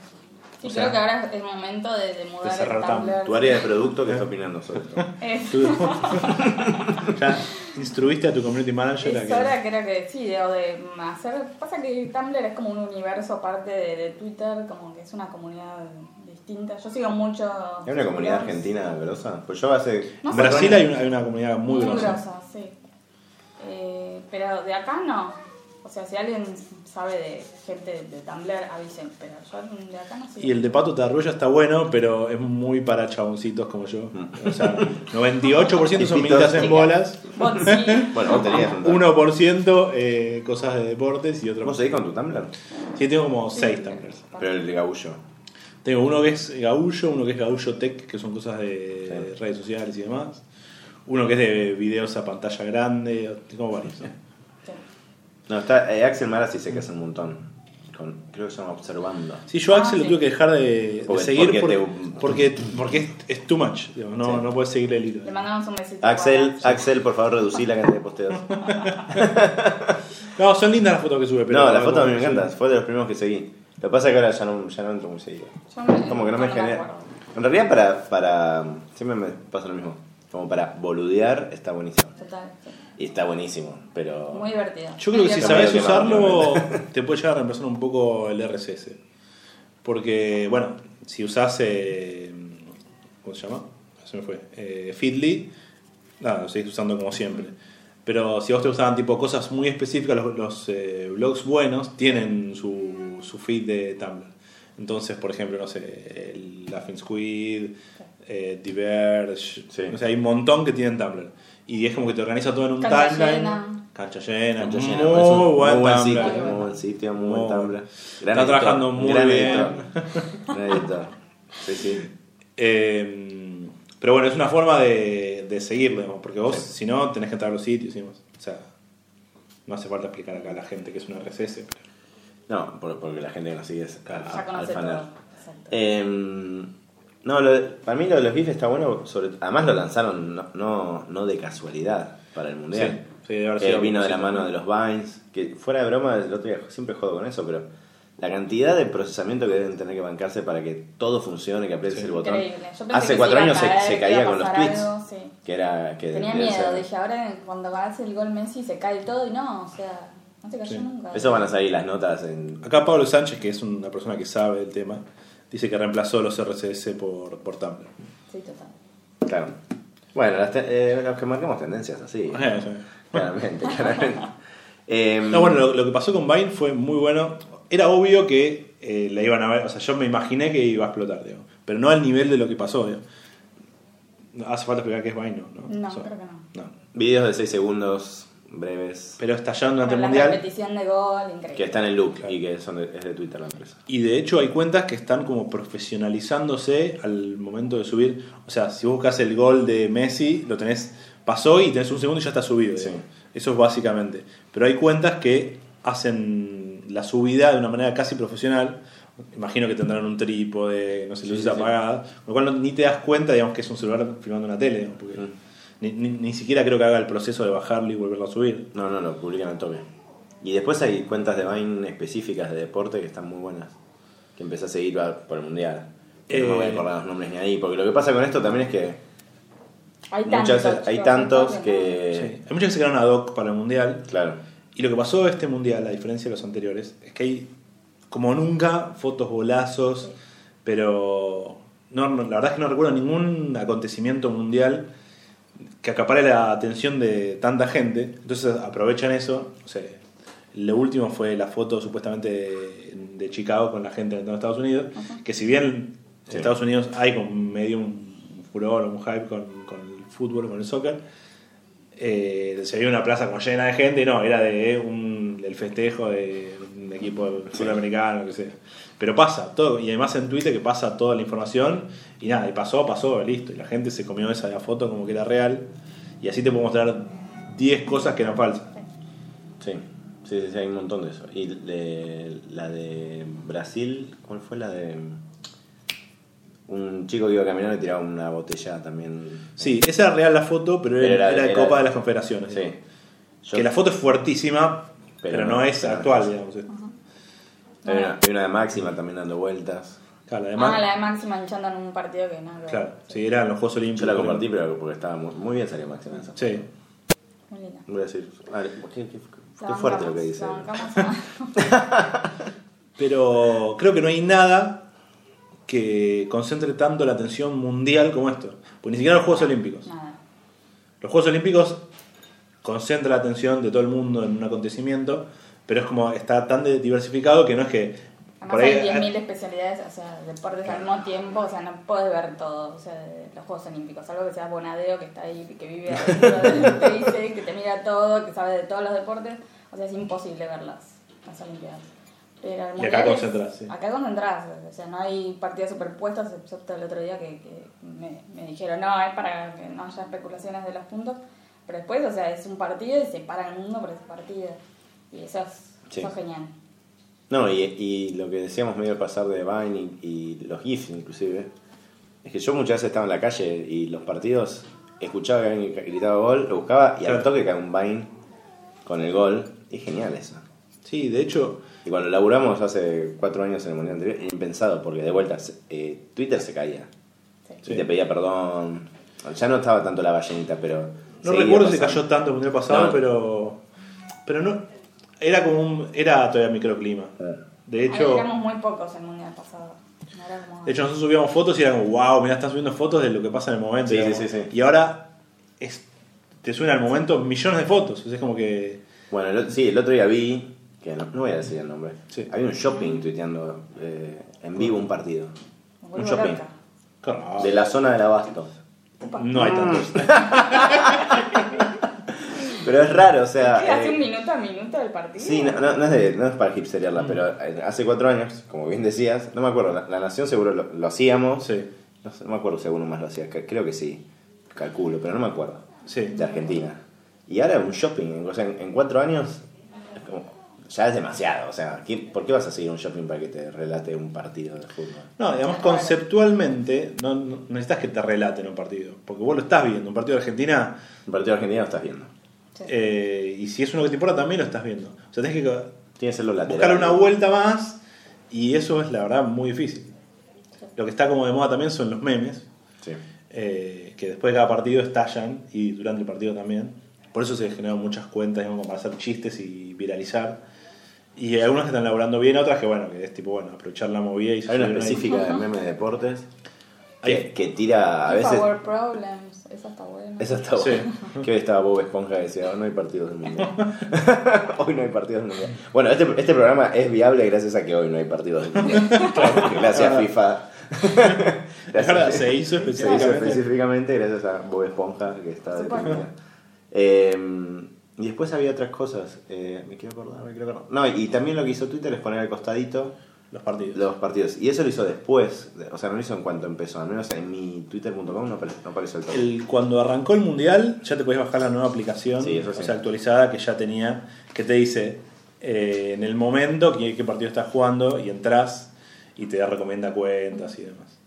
B: Sí,
C: O
B: creo
C: sea,
B: que ahora es el momento de, de mudar
C: cerrar
B: el Este,
C: tam-
B: Tumblr.
A: Tu área de producto, ¿qué está opinando sobre esto?
B: Es-
C: Tú- ya instruiste a tu community manager a
B: Es
C: que.
B: ahora creo que sí, o de hacer. Pasa que Tumblr es como un universo aparte de, de Twitter, como que es una comunidad distinta. Yo sigo mucho.
A: ¿Hay una comunidad argentina grosa? Pues yo hace.
B: No
C: en
B: sé.
C: Brasil hay una, hay una comunidad muy,
B: Muy
C: grosa.
B: grosa, sí. Eh, pero de acá no. O sea, si alguien sabe de gente de, de Tumblr, avisen. Pero yo de acá no sigo.
C: Y el de Pato Tarrulla está bueno, pero es muy para chaboncitos como yo.
A: Mm.
C: O sea, 98%
A: Tipitos.
C: son militas en bolas,
B: Bot, sí.
A: Bueno, vos tenías un Tumblr.
C: 1% eh, cosas de deportes y otro.
A: ¿Vos seguís con tu Tumblr?
C: Sí, tengo como 6 Tumblrs.
A: Pero el de Gaullo.
C: Tengo uno que es Gaullo, uno que es Gaullo Tech, que son cosas de
A: Sí.
C: redes sociales y demás. Uno que es de videos a pantalla grande, tengo varios. ¿no?
B: Sí.
A: No, está. eh, Axel Mara sí sé que hace un montón. Con- creo que se llama Observando.
C: Sí, yo a Axel
B: Ah,
C: lo
B: sí.
C: tuve que dejar de, de
A: Porque- porque
C: seguir por-
A: te-
C: porque, porque es, es too much. digamos, no,
A: Sí.
C: no puedes seguirle el hilo.
B: Le mandamos un besito.
A: Axel,
B: para-
A: Axel, por favor, reducí la cantidad de posteos.
C: No, son lindas las fotos que sube, pero.
A: No, la foto a mí me encanta. Fue de los primeros que seguí. Lo que pasa es que ahora ya no, ya no entro muy seguido.
B: Yo me-
A: Como que no me
B: me
A: genera.
B: acuerdo.
A: En realidad, para, para. Siempre me pasa lo mismo. Como para boludear, está buenísimo.
B: Total, sí.
A: Y está buenísimo, pero.
B: Muy divertido.
C: Yo creo que si
A: Está
C: sabes
A: medio quemado,
C: usarlo, te puede llegar a reemplazar un poco el RSS. Porque, bueno, si usás. eh, ¿Cómo se llama? Se me fue. Eh, Feedly, nada, lo seguís usando como siempre. Pero si a vos te gustaban tipo cosas muy específicas, los, los, eh, blogs buenos tienen su, su feed de Tumblr. Entonces, por ejemplo, no sé, el Laughing Squid, eh, Diverge,
A: Sí.
C: o sea, hay un montón que tienen Tumblr. Y es como que te organiza todo en un
B: Cancha
C: timeline.
B: llena.
C: Cancha llena.
A: Cancha
C: muy,
A: llena, por eso, sitio,
C: buen Oh, Tumblr.
B: Tumblr.
A: muy buen sitio, muy
C: Muy
A: buen
C: bueno.
A: Tumblr.
C: Está trabajando muy
A: gran
C: bien.
A: editor, gran editor. Sí, sí.
C: Eh, pero bueno, es una forma de, de seguirlo, digamos, porque vos, si no, tenés que entrar a los sitios, digamos. O sea, no hace falta explicar acá a la gente que es un RSS. pero-
A: No, por- porque la gente que nos sigue es a-
B: Ya conoce
A: alfaner.
B: todo. Exacto.
A: Eh, no, lo de- para mí lo de los bifes está bueno. sobre- además lo lanzaron no, no, no de casualidad para el mundial.
C: Sí, sí, debe haber
A: Que
C: sido
A: Eh, vino de la
C: sí.
A: mano de los Vines. Que fuera de broma, el otro día siempre juego con eso, pero la cantidad de procesamiento que deben tener que bancarse para que todo funcione, que aprietes
C: Sí.
A: el botón.
B: Increíble. Yo pensé
A: Hace
B: que
A: cuatro
B: iba a
A: años se,
B: caer,
A: se
B: que iba
A: caía
B: a
A: con los
B: pasar
A: tweets. Eh,
B: algo, sí.
A: Que era que
B: Tenía
A: debía
B: miedo,
A: ser-
B: dije, ahora cuando hace el gol Messi se cae todo y no, o sea, no se cayó
C: Sí.
B: nunca.
A: Eso van a salir las notas en.
C: Acá Pablo Sánchez, que es una persona que sabe del tema, dice que reemplazó los RSS por, por Tumblr.
B: Sí, total.
A: Claro. Bueno, las te- eh, los que marcamos tendencias así.
C: Ajá, o sea.
A: Claramente, claramente. Em,
C: No, bueno, lo, lo que pasó con Vine fue muy bueno. Era obvio que eh, la iban a ver, o sea, yo me imaginé que iba a explotar, digo, pero no al nivel de lo que pasó. digo. No, Hace falta explicar qué es Vine, ¿no?
B: No,
C: O sea,
B: creo que no.
A: Videos de 6 segundos, breves,
C: Pero estallaron durante
B: Con
C: el
B: la
C: mundial.
B: repetición de gol, increíble.
A: que están en loop
C: Claro.
A: y que son de- es de Twitter la empresa.
C: Y de hecho hay cuentas que están como profesionalizándose al momento de subir. O sea, si buscas el gol de Messi, lo tenés, pasó y tenés un segundo y ya está subido.
A: Sí.
C: digamos. Eso es básicamente. Pero hay cuentas que hacen la subida de una manera casi profesional. Imagino que tendrán un trípode, no sé,
A: Sí,
C: luces
A: sí, sí.
C: apagadas. Con lo cual no- ni te das cuenta, digamos, que es un celular filmando una tele. digamos, porque
A: Mm.
C: ni, ni- ni siquiera creo que haga el proceso de bajarlo y volverlo a subir.
A: No, no, lo publican al toque. Y después hay cuentas de Vine específicas de deporte que están muy buenas. Que empecé a seguir a- por el mundial. Que No me voy a
C: Eh.
A: acordar los nombres ni ahí, porque lo que pasa con esto también es que
B: hay
A: muchas
B: tantos,
A: hay
B: chicos,
A: tantos
B: ¿no?
A: que.
C: Sí. Hay muchas que se crearon ad hoc para el mundial.
A: Claro.
C: Y lo que pasó este mundial, a diferencia de los anteriores, es que hay como nunca fotos bolazos, pero no, no, la verdad es que no recuerdo ningún acontecimiento mundial que acapare la atención de tanta gente. Entonces aprovechan eso. O sea, lo último fue la foto supuestamente de, de Chicago con la gente en Estados Unidos, que si bien en
A: Sí.
C: Estados Unidos hay como medio un furor, un hype con, con el fútbol, con el soccer, eh, se veía una plaza como llena de gente, y no, era de un, del festejo de un equipo sudamericano, que sea. Pero pasa, todo, y además en Twitter que pasa toda la información, y nada, y pasó, pasó, listo, y la gente se comió esa foto como que era real, y así te puedo mostrar 10 cosas que eran falsas.
A: Sí. Sí, sí, sí, hay un montón de eso. Y de, la de Brasil, ¿cuál fue la de.? Un chico que iba caminando y tiraba una botella también.
C: Sí, esa era real la foto, pero era,
A: Pero era-
C: era de
A: era-
C: Copa de las Confederaciones.
A: Sí.
C: digamos.
A: Yo-
C: Que la foto es fuertísima, pero,
A: Pero
C: no,
A: no,
C: es
A: pero no
C: actual,
A: es.
C: digamos. eh.
A: Hay una, hay una de máxima también dando vueltas.
C: Claro, además,
B: Ah, la de Máxima hinchando en un partido que nada. que ver.
C: claro, sí, eran los Juegos Olímpicos.
A: Yo la compartí, pero porque estaba muy, muy bien salió máxima esa.
C: Sí.
B: Muy linda.
A: Voy a decir, ah, qué, qué- qué
B: La bancamos,
A: fuerte lo que dice.
B: la bancamos a-
C: Pero creo que no hay nada que concentre tanto la atención mundial como esto. Pues ni siquiera los Juegos Olímpicos.
B: Nada.
C: Los Juegos Olímpicos concentran la atención de todo el mundo en un acontecimiento, pero es como está tan de- diversificado que no es que
B: Además hay 10.000 especialidades, o sea, deportes al mismo tiempo, o sea, no puedes ver todo, o sea, de los Juegos Olímpicos, algo que sea bonadeo, que está ahí, que vive, adentro, que te dice, que te mira todo, que sabe de todos los deportes, o sea, es imposible verlas, las Olimpiadas. Pero el
C: Y acá
B: mundial es-
C: concentrás, sí.
B: Acá concentrás, o sea, no hay partidas superpuestas, excepto el otro día que, que me, me dijeron, no, es para que no haya especulaciones de los puntos, pero después, o sea, es un partido y se para el mundo por ese partido, y eso es,
A: Sí.
B: eso es genial.
A: No, y, y lo que decíamos medio al pasar de Vine y, y los GIFs inclusive, es que yo muchas veces estaba en la calle y los partidos escuchaba que alguien gritaba gol, lo buscaba y
C: Claro.
A: al toque cae un Vine con el gol. Y es genial eso.
C: Sí, de hecho,
A: Y cuando laburamos hace cuatro años en el mundial anterior, impensado, porque de vuelta se- eh, Twitter se caía.
B: Sí.
C: Sí.
A: Y te pedía perdón. Ya no estaba tanto la ballenita, pero.
C: No
A: seguía
C: recuerdo si
A: pasando.
C: cayó tanto el mundial pasado,
A: No.
C: pero. Pero no. Era como un. Era todavía microclima.
A: Eh,
C: De
B: Ahí
C: hecho.
B: éramos muy pocos el mundial pasado. No era como-
C: De hecho, nosotros subíamos fotos y era como, wow, mirá, estás subiendo fotos de lo que pasa en el momento.
A: Sí, sí,
C: digamos.
A: sí, sí.
C: Y ahora es- te suben al momento millones de fotos. O sea, es como que.
A: Bueno, el, ot- sí, el otro día vi, que no, no voy a decir el nombre,
C: Sí.
A: había un shopping tuiteando eh, en vivo un partido.
B: Me
A: Un
B: vuelvo
A: shopping. Mm,
B: loca.
C: claro,
A: De la zona del abasto.
B: Upa.
C: No hay tantos.
A: Pero pero es raro, o sea.
B: ¿Qué? ¿Hace
A: eh,
B: un minuto a minuto del partido?
A: Sí, no, no- no es, de- no es para
C: Mm.
A: hipsteriarla, pero eh, hace cuatro años, como bien decías, no me acuerdo, la, la Nación seguro lo, lo hacíamos.
C: Sí,
A: No, sé, no me acuerdo si alguno más lo hacía, cre- creo que sí, calculo, pero no me acuerdo.
C: sí.
A: De Argentina. Y ahora un shopping, o sea, en, en cuatro años es como- ya es demasiado, o sea, ¿qué- ¿por qué vas a seguir un shopping para que te relate un partido de fútbol?
C: No, digamos, conceptualmente no, no necesitas que te relaten un partido, porque vos lo estás viendo, un partido de Argentina,
A: Un partido argentino lo estás viendo.
B: Sí.
C: eh, y si es uno que te importa, también lo estás viendo. O sea, tenés que
A: Tienes los
C: buscarle
A: laterales.
C: una vuelta más, y eso es, la verdad, muy difícil. Lo que está como de moda también son los memes,
A: Sí.
C: eh, que después de cada partido estallan y durante el partido también. Por eso se generan muchas cuentas digamos, para hacer chistes y viralizar. Y hay algunas que están laburando bien, otras que bueno, que es tipo, bueno, aprovechar la movida y
A: Hay una
C: subir ahí.
A: específica de
B: Ajá.
A: meme de deportes
C: Hay-
A: que, que tira a
B: Keep
A: veces.
B: Our problems. Esa está buena.
A: Esa está
C: Sí.
A: buena. Que hoy estaba Bob Esponja y decía, "Hoy no hay partidos del mundial. hoy no hay partidos del mundial. Bueno, este, este programa es viable gracias a que hoy no hay partidos del mundial. gracias a FIFA.
C: Es verdad, se hizo
A: Se hizo
C: específicamente.
A: específicamente gracias a Bob Esponja, que está
B: Supongo.
A: deprimida. Eh, y después había otras cosas. eh, me quiero acordar, me quiero acordar. No, y también lo que hizo Twitter es poner al costadito
C: Los partidos.
A: los partidos. Y eso lo hizo después. de- O sea, no lo hizo en cuanto empezó. Al menos en mi twitter.com no, apare- no apareció el todo.
C: El- cuando arrancó el mundial, ya te podías bajar la nueva aplicación,
A: Sí, eso
C: o
A: sí.
C: sea, actualizada que ya tenía, que te dice eh, en el momento qué, qué partido estás jugando y entras y te recomienda cuentas y demás.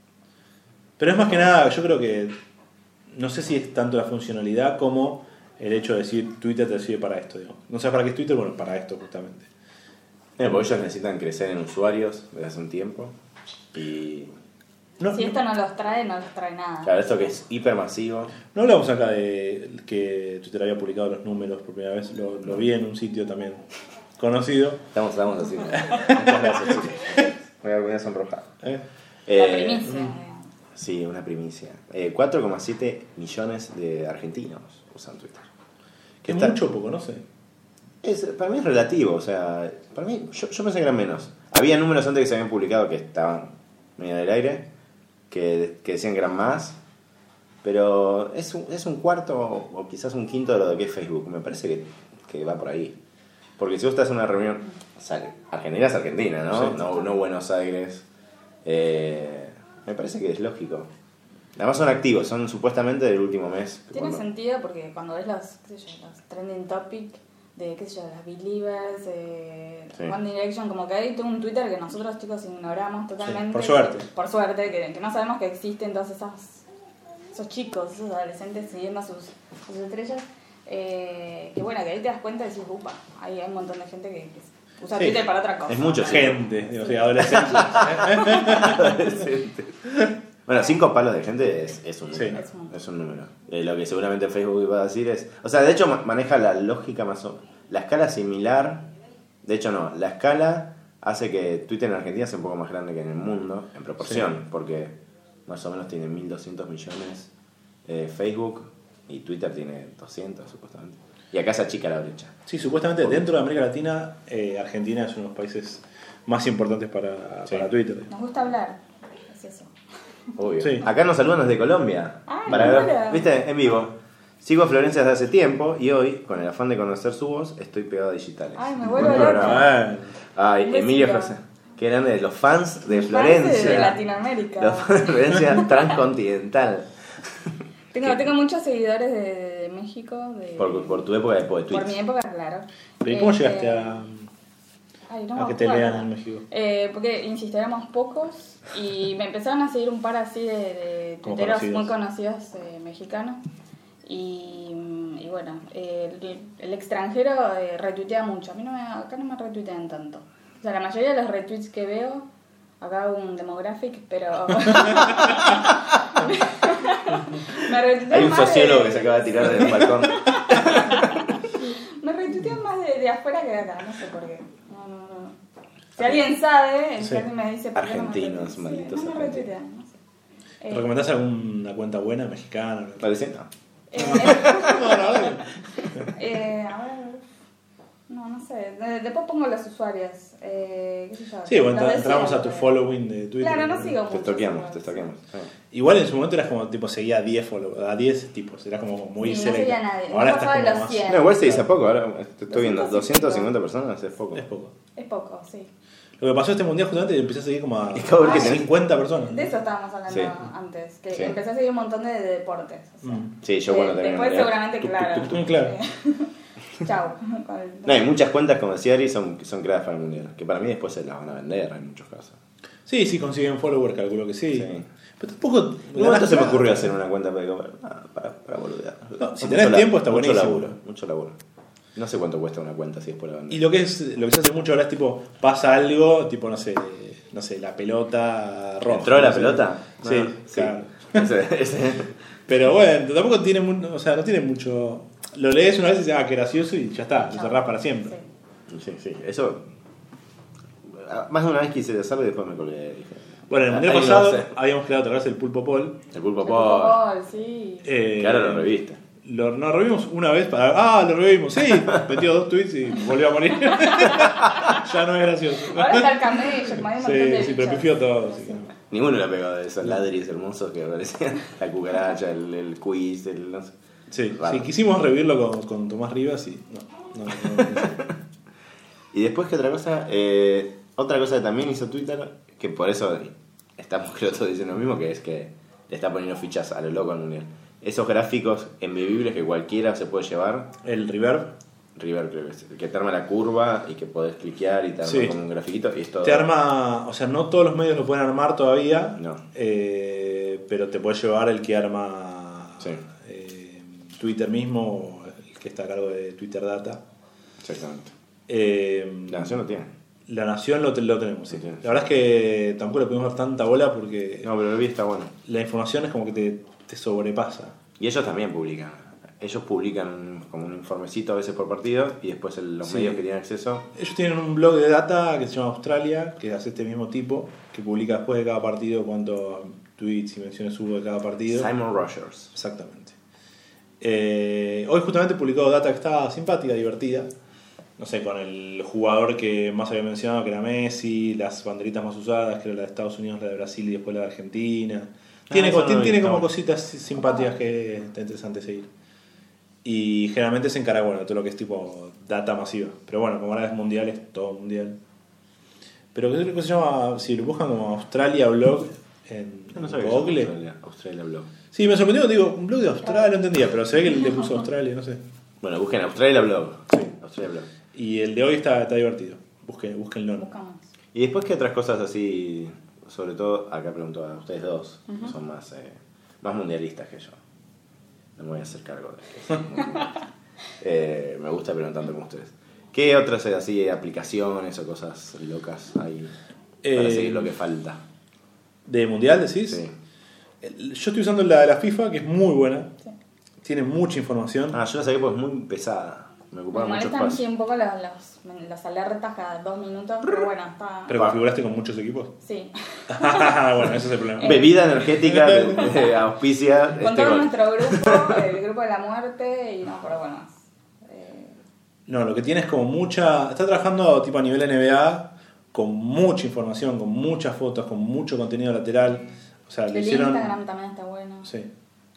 C: Pero es más que nada, yo creo que no sé si es tanto la funcionalidad como el hecho de decir Twitter te sirve para esto. Digo. No sabes para qué es Twitter, bueno, para esto justamente.
A: Eh, porque ellos necesitan crecer en usuarios desde hace un tiempo. Y.
C: No,
B: Si esto no los trae, no los trae nada.
A: Claro, esto que es hipermasivo.
C: No hablamos acá de que Twitter había publicado los números por primera vez, lo, lo vi en un sitio también conocido.
A: Estamos, estamos así. Muchas gracias, chicos. Voy a, voy a sonrojar.
C: ¿eh?
B: La
A: Eh,
B: primicia.
A: Sí, una primicia. Eh, 4,7 millones de argentinos usan Twitter.
C: Que es
A: Está-
C: mucho o poco, no sé.
A: Es, para mí es relativo, o sea, para mí, yo, yo pensé que eran menos. Había números antes que se habían publicado que estaban medio en el aire, que, que decían que eran más, pero es un, es un cuarto o, o quizás un quinto de lo que es Facebook, me parece que, que va por ahí. Porque si vos estás en una reunión, o sea, Argentina es Argentina, ¿no?
C: Sí.
A: no, no Buenos Aires, eh, me parece que es lógico. Además son activos, son supuestamente del último mes. que
B: Tiene
A: cuando-
B: sentido porque cuando ves los, qué sé yo, los trending topic de, qué sé yo, las Believers, eh,
A: Sí.
B: One Direction, como que hay todo un Twitter que nosotros chicos ignoramos totalmente.
C: Sí, por suerte.
B: Por suerte, que, que no sabemos que existen todos esos, esos chicos, esos adolescentes siguiendo a sus, sus estrellas. eh, que bueno, que ahí te das cuenta de si upa, hay, hay un montón de gente que, que usa
C: Sí.
B: Twitter para otra cosa.
A: Es mucho, sí.
C: Gente, digo, sí, adolescentes.
A: Bueno, cinco palos de gente es, es un
C: Sí.
A: número.
B: Es un-
A: Es un número. Eh, lo que seguramente Facebook va a decir es. O sea, de hecho ma- maneja la lógica más o La escala similar. De hecho, no. La escala hace que Twitter en Argentina sea un poco más grande que en el mundo, en proporción, porque más o menos tiene 1.200 millones eh, Facebook y Twitter tiene 200, supuestamente. Y acá se achica la brecha.
C: sí, supuestamente dentro de América Latina, eh, Argentina es uno de los países más importantes para,
A: Sí.
C: para Twitter.
B: Nos gusta hablar, es eso.
A: Obvio.
C: Sí.
A: Acá nos saludan desde Colombia.
B: Ah,
A: para
B: mira.
A: ver, ¿Viste? En vivo. Sigo a Florencia desde hace tiempo y hoy, con el afán de conocer su voz, estoy pegado a digitales.
B: Ay, me
A: Buen
B: vuelvo loca.
A: programa.
C: Ah,
A: Ay,
B: Un besito.
A: Emilio José. Qué grande, los fans de Florencia.
B: Parte De Latinoamérica.
A: Los fans de Florencia transcontinental.
B: Tengo, tengo muchos seguidores de, de México, de,
A: Por, por tu época de poet
B: por mi
A: tweets.
B: época, claro.
C: pero ¿y cómo
B: Este,
C: llegaste a,
B: ay, no
C: a
B: me
C: que te
B: acuerdo.
C: lean en México?
B: Eh, porque, insisto, éramos pocos y me empezaron a seguir un par así de, de
C: Como
B: tuiteros
C: conocidos.
B: muy conocidos eh, mexicanos. Y, mm, y bueno, eh, el, el extranjero eh, retuitea mucho. A mí no me, acá no me retuitean tanto. O sea, la mayoría de los retweets que veo, acá hago un demographic, pero. Me retuitean
A: Hay un
B: más de-
A: sociólogo que se acaba de tirar del balcón.
B: Me retuitean más de, de afuera que de acá, no sé por qué. No, no, no. Si alguien sabe, si
C: Sí.
B: alguien me dice. ¿por qué no me
A: Argentinos,
B: retuitean? Sí,
A: malditos
B: no me
A: argentinos.
B: retuitean, no sé.
C: ¿Te
B: Eh,
C: recomendás alguna cuenta buena mexicana?
A: Parece, no.
B: eh,
C: No, no, no.
B: eh, a ver, No, no sé. De- Después pongo las usuarias. Eh, ¿qué sé yo?
C: Sí, bueno,
B: Las de
C: entramos a tu
B: siempre.
C: following de Twitter.
B: Claro, no sigo
A: Te
B: mucho.
A: toqueamos, te
B: ¿sabes?
A: toqueamos.
C: Igual en su momento eras como, tipo, seguía a 10 followers, a 10 tipos, era como muy
B: Sí, no
C: selecto.
B: seguía a nadie, no
C: Ahora estás
B: pasaba de
C: como
B: los
C: más-
B: 100.
A: No, igual se dice poco, ahora te estoy viendo 250
B: 250
A: personas, es poco.
C: Es poco.
B: Es poco, sí.
C: Lo que pasó este mundial justamente empecé a seguir como a,
A: Acabo de ver
C: a
A: que tenés-
C: 50 personas. ¿no?
B: Ah, De eso estábamos hablando
A: Sí.
B: antes. Que
A: Sí.
B: empecé a seguir un montón de, deportes. o sea.
C: Mm.
A: Sí, yo
B: Eh,
A: bueno también.
B: Después
A: me-
B: seguramente,
A: tuc,
B: claro.
C: tuc, tuc, claro.
B: Sí. Chau. con el-
A: No, hay muchas cuentas, como decía Ari, son, son creadas para el mundial. Que para mí después se las van a vender en muchos casos.
C: Sí, sí, consiguen followers, calculo que sí.
A: Sí.
C: Pero tampoco.
A: En un momento se me ocurrió hacer una cuenta para, ah, para, para boludear.
C: No, si
A: Mucho
C: tenés
A: la-
C: tiempo está
A: mucho
C: buenísimo.
A: laburo, mucho laburo. No sé cuánto cuesta una cuenta si después la vender.
C: Y lo que, es, lo que se hace mucho ahora es tipo, pasa algo, tipo, no sé, no sé, la pelota roja.
A: ¿Entró la
C: no sé.
A: pelota?
C: Sí,
A: Ah, sí.
C: claro.
A: Ese- ese-
C: Pero bueno, tampoco tiene, mu- o sea, no tiene mucho. Lo lees una vez y dices, ah, qué gracioso, y ya está, lo
B: Chau.
C: cerrás para siempre.
B: Sí.
A: Sí, sí, eso. Ah, Más de una vez quise hacerlo y después me colgué. Dije,
C: Bueno, en
A: "Ah,
C: el mundial
A: ahí no
C: pasado
A: sé".
C: habíamos creado otra vez el Pulpo Paul.
A: El pulpo
B: El
A: por.
B: fútbol, sí.
C: Eh,
A: Que ahora lo reviste.
C: Lo, no, lo revimos una vez para. Ah, lo revimos, sí. Metió dos tweets y volvió a morir. ya no es gracioso.
B: Ahora está el camello, como hay un montón de
C: Sí, sí, pero
B: bichos.
C: pifió todo. Así que...
A: Ninguno la pegó de esos ladris hermosos que aparecían. La cucaracha, el, el quiz, el. No sé.
C: Sí,
A: Raro.
C: sí, quisimos revivirlo con, con Tomás Rivas y. No, no, no, no, no.
A: Y después, que otra cosa? Eh, otra cosa que también hizo Twitter, que por eso estamos creo todos diciendo lo mismo, que es que le está poniendo fichas a lo loco al mundial. Esos gráficos envivibles que cualquiera se puede llevar,
C: El River
A: River creo que es, que te arma la curva y que podés cliquear y te arma
C: Sí.
A: como un grafiquito y esto...
C: te arma. O sea, no todos los medios lo pueden armar todavía.
A: No.
C: eh, pero te puede llevar el que arma.
A: Sí.
C: eh, Twitter mismo, o el que está a cargo de Twitter Data.
A: Exactamente.
C: Eh,
A: La nación no tiene.
C: La Nación lo, te- lo tenemos, sí.
A: Lo tienes.
C: La verdad es que tampoco le pudimos dar tanta bola porque
A: No, pero el vi está bueno.
C: la información es como que te, te sobrepasa.
A: Y ellos también publican. Ellos publican un- como un informecito a veces por partido y después el- los
C: Sí.
A: medios que tienen acceso...
C: Ellos tienen un blog de data que se llama Australia, que hace este mismo tipo, que publica después de cada partido cuántos tweets y menciones hubo de cada partido.
A: Simon Rogers.
C: Exactamente. Eh, hoy justamente publicó data que estaba simpática, divertida. No sé, con el jugador que más había mencionado, que era Messi, las banderitas más usadas, que era la de Estados Unidos, la de Brasil y después la de Argentina. Tiene,
A: Ah, eso
C: co-
A: no lo vi,
C: tiene
A: está
C: como
A: bueno.
C: cositas simpáticas que está interesante seguir. Y generalmente se encarga, bueno, de todo lo que es tipo data masiva. Pero bueno, como ahora es mundial, es todo mundial. Pero creo que se llama, si lo buscan como Australia Blog en
A: Yo no sabía que se
C: Google.
A: llamaba Australia, Australia Blog.
C: Sí, me sorprendió, digo, un blog de Australia, no entendía, pero se ve que le puso Australia, no sé.
A: Bueno, busquen Australia Blog. Australia Blog.
C: Y el de hoy está, está divertido. Busquen, búsquenlo.
B: Buscamos.
A: Y después que otras cosas así, sobre todo, acá pregunto a ustedes dos, que son más, eh, más mundialistas que yo. No me voy a hacer cargo de que soy muy mundialista. Eh, me gusta preguntando como ustedes. ¿Qué otras eh, así aplicaciones o cosas locas hay para
C: Eh,
A: seguir lo que falta?
C: ¿De Mundial decís?
A: Sí.
C: El- Yo estoy usando la de la FIFA, que es muy buena.
B: Sí.
C: Tiene mucha información.
A: Ah, yo la saqué porque es muy pesada. Me
B: Me
A: ocupaba mucho
B: molestan sí
A: espacio.
B: un poco los, los, los alertas cada dos minutos, pero bueno, está.
C: pero Este
A: pa.
C: configuraste con muchos equipos. Ah,
B: Sí.
C: bueno, ese es el problema.
A: Bebida energética de- de auspicia
B: Con
A: este
B: todo
A: gol.
B: nuestro grupo, el grupo de la muerte y no, pero bueno.
C: Ah,
B: Eh,
C: No, lo que tiene es como mucha. Está trabajando tipo a nivel NBA con mucha información, con muchas fotos, con mucho contenido lateral. O sea,
B: el
C: le hicieron.
B: Instagram también está bueno.
C: Sí.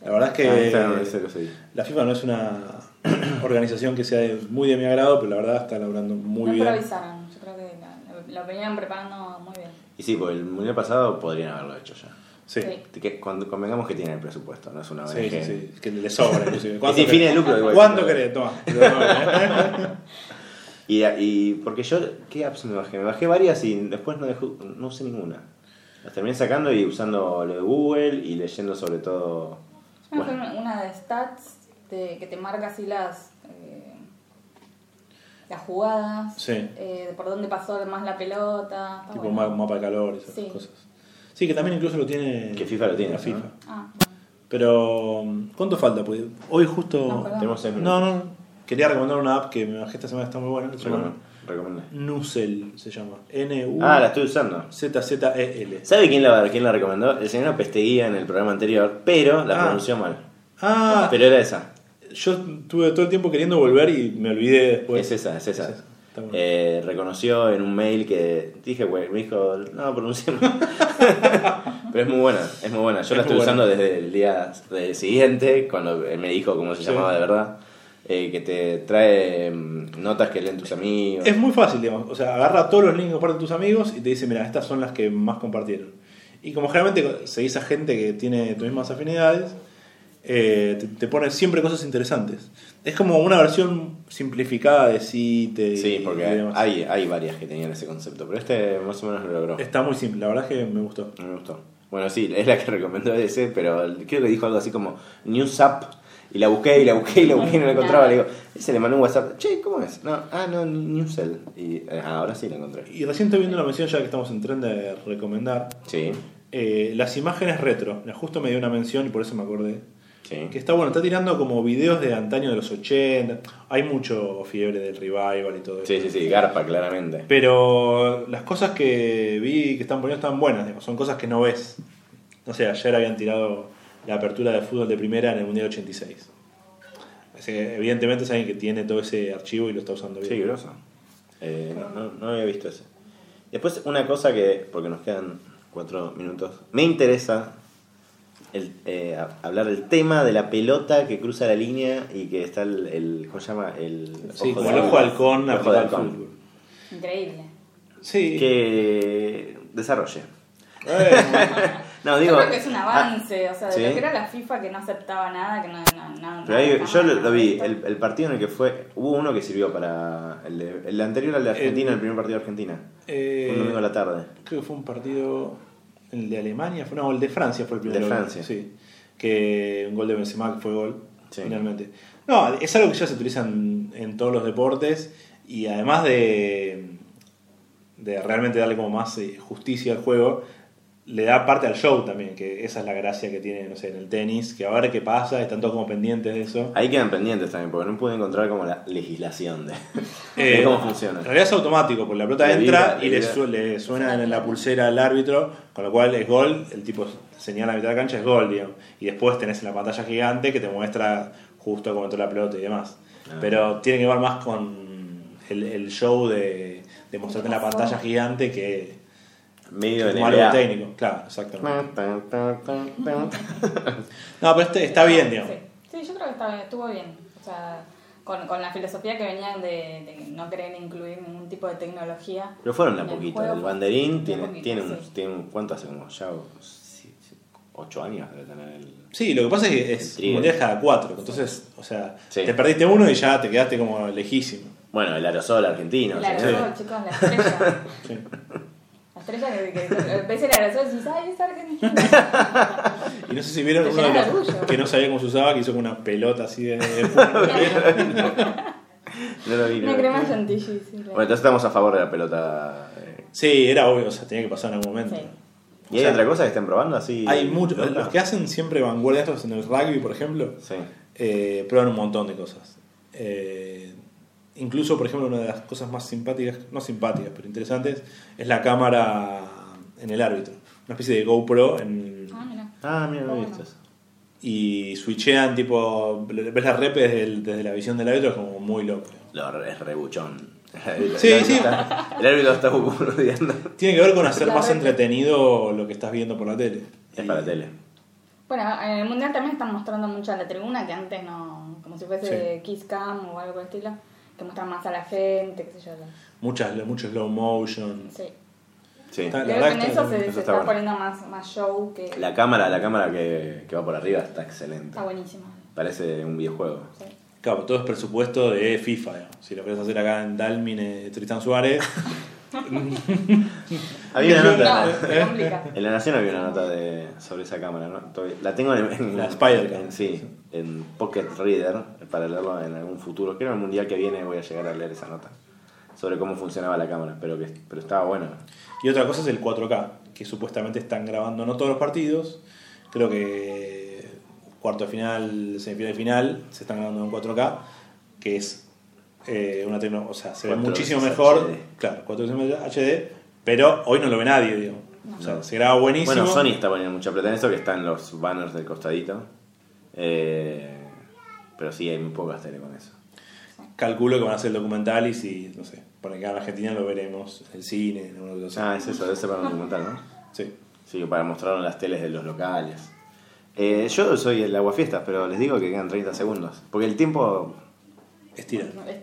C: La verdad es que.
A: Ah, Instagram, ese lo seguí.
C: La FIFA no es una organización que sea de- muy de mi agrado, pero la verdad está laburando muy
B: no
C: bien.
B: improvisaron, yo creo que la- lo venían preparando muy bien.
A: Y sí, porque el mundial pasado podrían haberlo hecho ya.
C: Sí, sí,
B: Sí.
A: Que cuando convengamos que tiene el presupuesto, no es una ONG.
C: sí, sí, que le sobra inclusive.
A: Y sin
C: querés?
A: fines de lucro, igual.
C: ¿Cuánto querés? Toma. ¿eh?
A: Y, y porque yo, ¿qué apps me bajé? Me bajé varias y después no, dejó- no usé ninguna. Las terminé sacando y usando lo de Google y leyendo sobre todo...
B: Yo me
A: Bueno.
B: acuerdo una de stats de- que te marca así las eh, las jugadas,
C: Sí.
B: eh, de por dónde pasó más la pelota. está
C: tipo un
B: bueno.
C: ma- mapa de calor y esas
B: Sí.
C: cosas. Sí, que también incluso lo tiene.
A: Que FIFA lo tiene,
C: La
A: ¿no?
C: FIFA.
B: Ah,
C: Pero, ¿cuánto falta? Pues hoy justo.
B: No, perdón.
A: Tenemos seis
C: No,
A: minutos.
C: no, no. Quería recomendar una app que me bajé esta semana, está muy buena. Se llama
A: Recom- recomendé.
C: Nusel, se llama.
A: Ah, la estoy usando.
C: N-U-Z-Z-E-L.
A: ¿Sabe quién la, quién la recomendó? El señor Pesteguía en el programa anterior, pero la
C: Ah.
A: pronunció mal.
C: Ah,
A: Pero era esa.
C: Yo tuve todo el tiempo queriendo volver y me olvidé después.
A: Es esa, es esa.
C: Está bueno.
A: Eh, reconoció en un mail que dije, güey, me dijo, no, pronuncié mal". Pero es muy buena, es muy buena. Yo la
C: Es muy
A: estoy
C: buena.
A: usando desde el día del siguiente, cuando él me dijo cómo se
C: Sí.
A: llamaba de verdad, eh, que te trae mm, notas que leen tus amigos.
C: Es muy fácil, digamos. O sea, agarra todos los links que comparten tus amigos y te dice, mira, estas son las que más compartieron. Y como generalmente seguís a gente que tiene tus mismas afinidades, eh, te, te pone siempre cosas interesantes. Es como una versión simplificada de Cite.
A: Sí,
C: y
A: porque
C: demás.
A: hay, hay varias que tenían ese concepto, pero este más o menos lo logró.
C: Está muy simple, la verdad es que me gustó.
A: Me gustó. Bueno, sí, es la que recomendó ese, pero creo que dijo algo así como News App. Y la busqué y la busqué y la busqué y no la encontraba. Le digo, se le mandó un WhatsApp. Che, ¿cómo es? No, ah, no, Newsel. Y eh, ahora sí la encontré.
C: Y recién estoy viendo una mención, ya que estamos en tren de recomendar,
A: Sí,
C: eh, las imágenes retro. Justo me dio una mención y por eso me acordé.
A: sí.
C: Que está bueno, está tirando como videos de antaño de los 80. Hay mucho fiebre del revival y todo eso.
A: Sí, sí, sí, Garpa, claramente.
C: Pero las cosas que vi que están poniendo están buenas, digamos, son cosas que no ves. No sé, ayer habían tirado la apertura de fútbol de primera en el Mundial 86. Así que evidentemente es alguien que tiene todo ese archivo y lo está usando bien.
A: Sí, grosso. Eh, no, no, no había visto ese. Después, una cosa que, porque nos quedan cuatro minutos, me interesa el, eh, a- hablar del tema de la pelota que cruza la línea y que está el. el- ¿Cómo se llama? El
C: Sí, como
A: de
C: el ojo de halcón
A: El ojo de
C: aplicado al
A: halcón.
C: fútbol.
B: Increíble.
C: Sí.
A: Que desarrolle.
C: Eh,
A: No, Ah, digo.
B: yo creo que es un avance, o sea, de
A: ¿sí?
B: lo que era la FIFA que no aceptaba nada, que no. no, no
A: Pero ahí-
B: no-
A: yo lo,
B: no-
A: lo vi, el, el partido en el que fue. Hubo uno que sirvió para. El, de- el anterior al de Argentina,
C: Eh,
A: el primer partido de Argentina.
C: eh,
A: un domingo a la tarde.
C: creo que fue un partido el de Alemania fue no el de Francia fue el primero
A: De Francia.
C: sí que un gol de Benzema que fue gol
A: Sí.
C: finalmente no es algo que ya se utiliza en, en todos los deportes y además de de realmente darle como más eh, justicia al juego le da parte al show también que esa es la gracia que tiene no sé en el tenis que a ver qué pasa están todos como pendientes de eso
A: Ahí quedan pendientes también, porque no pude encontrar como la legislación de,
C: Eh,
A: de cómo funciona.
C: En realidad es automático, porque la pelota
A: Le
C: entra
A: vibra,
C: y
A: le
C: le,
A: vibra.
C: su- le suena en la pulsera al árbitro, con lo cual es gol, el tipo señala la mitad de la cancha, es gol, digamos. Y después tenés la pantalla gigante que te muestra justo cómo entró la pelota y demás.
A: Ah.
C: Pero tiene que ver más con el, el show de, de mostrarte en la pantalla gigante que
A: Medio NBA.
C: como algo técnico. Claro, exactamente.
A: Tan, tan, tan, tan, tan.
C: No, pero este está bien, digamos.
B: Sí, sí, yo creo que estaba- estuvo bien. O sea, con, con la filosofía que venían de, de no querer incluir ningún tipo de tecnología.
A: Pero fueron de a
B: en el
A: poquito.
B: juego.
A: El banderín
B: De
A: tiene,
B: poquito,
A: tiene,
B: sí.
A: unos- tiene un- ¿Cuánto hace? Como ya sí, sí, ocho años debe tener el.
C: Sí, lo que pasa es que es
A: Intriga.
C: mundial cada cuatro, entonces, o sea,
A: Sí.
C: te perdiste uno y ya te quedaste como lejísimo.
A: Bueno, el aerosol argentino.
B: El
A: señor.
B: aerosol, chicos, la estrella.
C: Sí.
B: La estrella que, que, que ves el aerosol y dices, ¡ay, es argentino!
C: Y no sé si vieron
B: Te
C: uno de
B: llena de
C: los
B: orgullo.
C: que no sabía cómo se usaba, que hizo con una pelota así de. de-
A: No lo vi. no lo
B: Una
A: vi.
B: crema chantilly, sí. claro.
A: Bueno, entonces estamos a favor de la pelota. eh.
C: sí, era obvio, o sea, tenía que pasar en algún momento.
B: Sí.
A: ¿Y
C: O
A: hay
C: sea,
A: otra cosa que estén probando así?
C: Hay muchos.
A: ¿Otra?
C: Los que hacen siempre vanguardia estos en el rugby, por ejemplo,
A: Sí.
C: eh, prueban un montón de cosas. Eh, incluso, por ejemplo, una de las cosas más simpáticas, no simpáticas, pero interesantes, es la cámara en el árbitro. Una especie de GoPro en,
B: Ah, mira.
A: Ah, mira, no he
B: Bueno.
A: visto eso.
C: y switchean, tipo, ves la rep desde, el- desde la visión del árbitro, es como muy loco.
A: Lo re- es rebuchón. El
C: Sí,
A: árbitro
C: sí.
A: está- el árbitro está boludeando.
C: Tiene que ver con hacer
B: La
C: más
B: red.
C: entretenido lo que estás viendo por la tele.
A: Es para tele.
B: Bueno, en el mundial también están mostrando mucho a la tribuna, que antes no. como si fuese Kiss Cam o algo por el estilo, que muestran más a la gente, qué sé yo. la-
C: Muchas, mucho slow motion.
B: Sí.
A: Sí.
C: Está- La
B: Creo
C: verdad
B: que en
C: que
B: eso
C: está-
B: se,
A: eso está
B: se está,
A: bueno.
B: poniendo más, más show que.
A: La cámara, la cámara que, que va por arriba está excelente.
B: Está buenísimo.
A: Parece un videojuego.
B: Sí.
C: Claro, todo es presupuesto de FIFA. digamos. Si lo querés hacer acá en Dalmine, Tristán Suárez.
A: Había una nota.
B: No, se complica.
A: En La Nación había una nota de, sobre esa cámara, ¿no? Todavía- La tengo en, en-
C: La Spider Cam.
A: en- Sí, en Pocket Reader, para leerlo en algún futuro. Creo que en el mundial que viene voy a llegar a leer esa nota sobre cómo funcionaba la cámara, pero que pero estaba bueno.
C: y otra cosa es el 4K, que supuestamente están grabando no todos los partidos. Creo que cuarto de final, semifinal y final, se están grabando en 4K, que es eh, una tecnología. O sea, se ve
A: Cuatro
C: muchísimo
A: veces
C: mejor.
A: HD.
C: Claro, 4 HD, pero hoy no lo ve nadie, digo. O sea, se graba buenísimo.
A: Bueno, Sony está poniendo mucha plata en eso, que está en los banners del costadito. Eh, pero sí, hay muy pocas tele con eso.
C: Calculo que van a hacer el documental y si, no sé, por acá en Argentina lo veremos en el cine, en uno de los.
A: Ah, es eso, debe ser para un documental, ¿no?
C: Sí.
A: Sí, para mostrarlo en las teles de los locales. Eh, yo soy el aguafiestas, pero les digo que quedan 30 segundos. Porque el tiempo.
C: Estira.
B: No, es-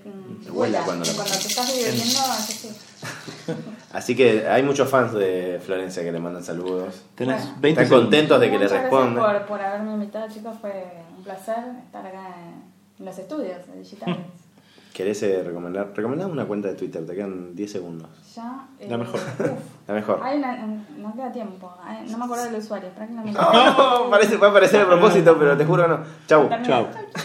B: mm,
A: Vuela cuando la-
B: te estás divirtiendo, es así.
A: Así que hay muchos fans de Florencia que le mandan saludos.
C: Tenés
B: Bueno.
C: 20
A: Están
C: segundos.
A: contentos de que le
B: Muchas gracias
A: respondan.
B: Por, por haberme invitado, chicos. Fue un placer estar acá en los estudios digitales.
A: ¿Querés eh, recomendar? Recomendá una cuenta de Twitter, te quedan 10 segundos.
B: Ya, eh,
C: La mejor.
B: uf.
A: La mejor.
B: Hay una, no queda tiempo. Hay- no me acuerdo del usuario. Frank, no me acuerdo.
A: No, parece, va a parecer a propósito, pero te juro que no. Chau.
B: Termina.
C: Chau.
B: Chau, chau.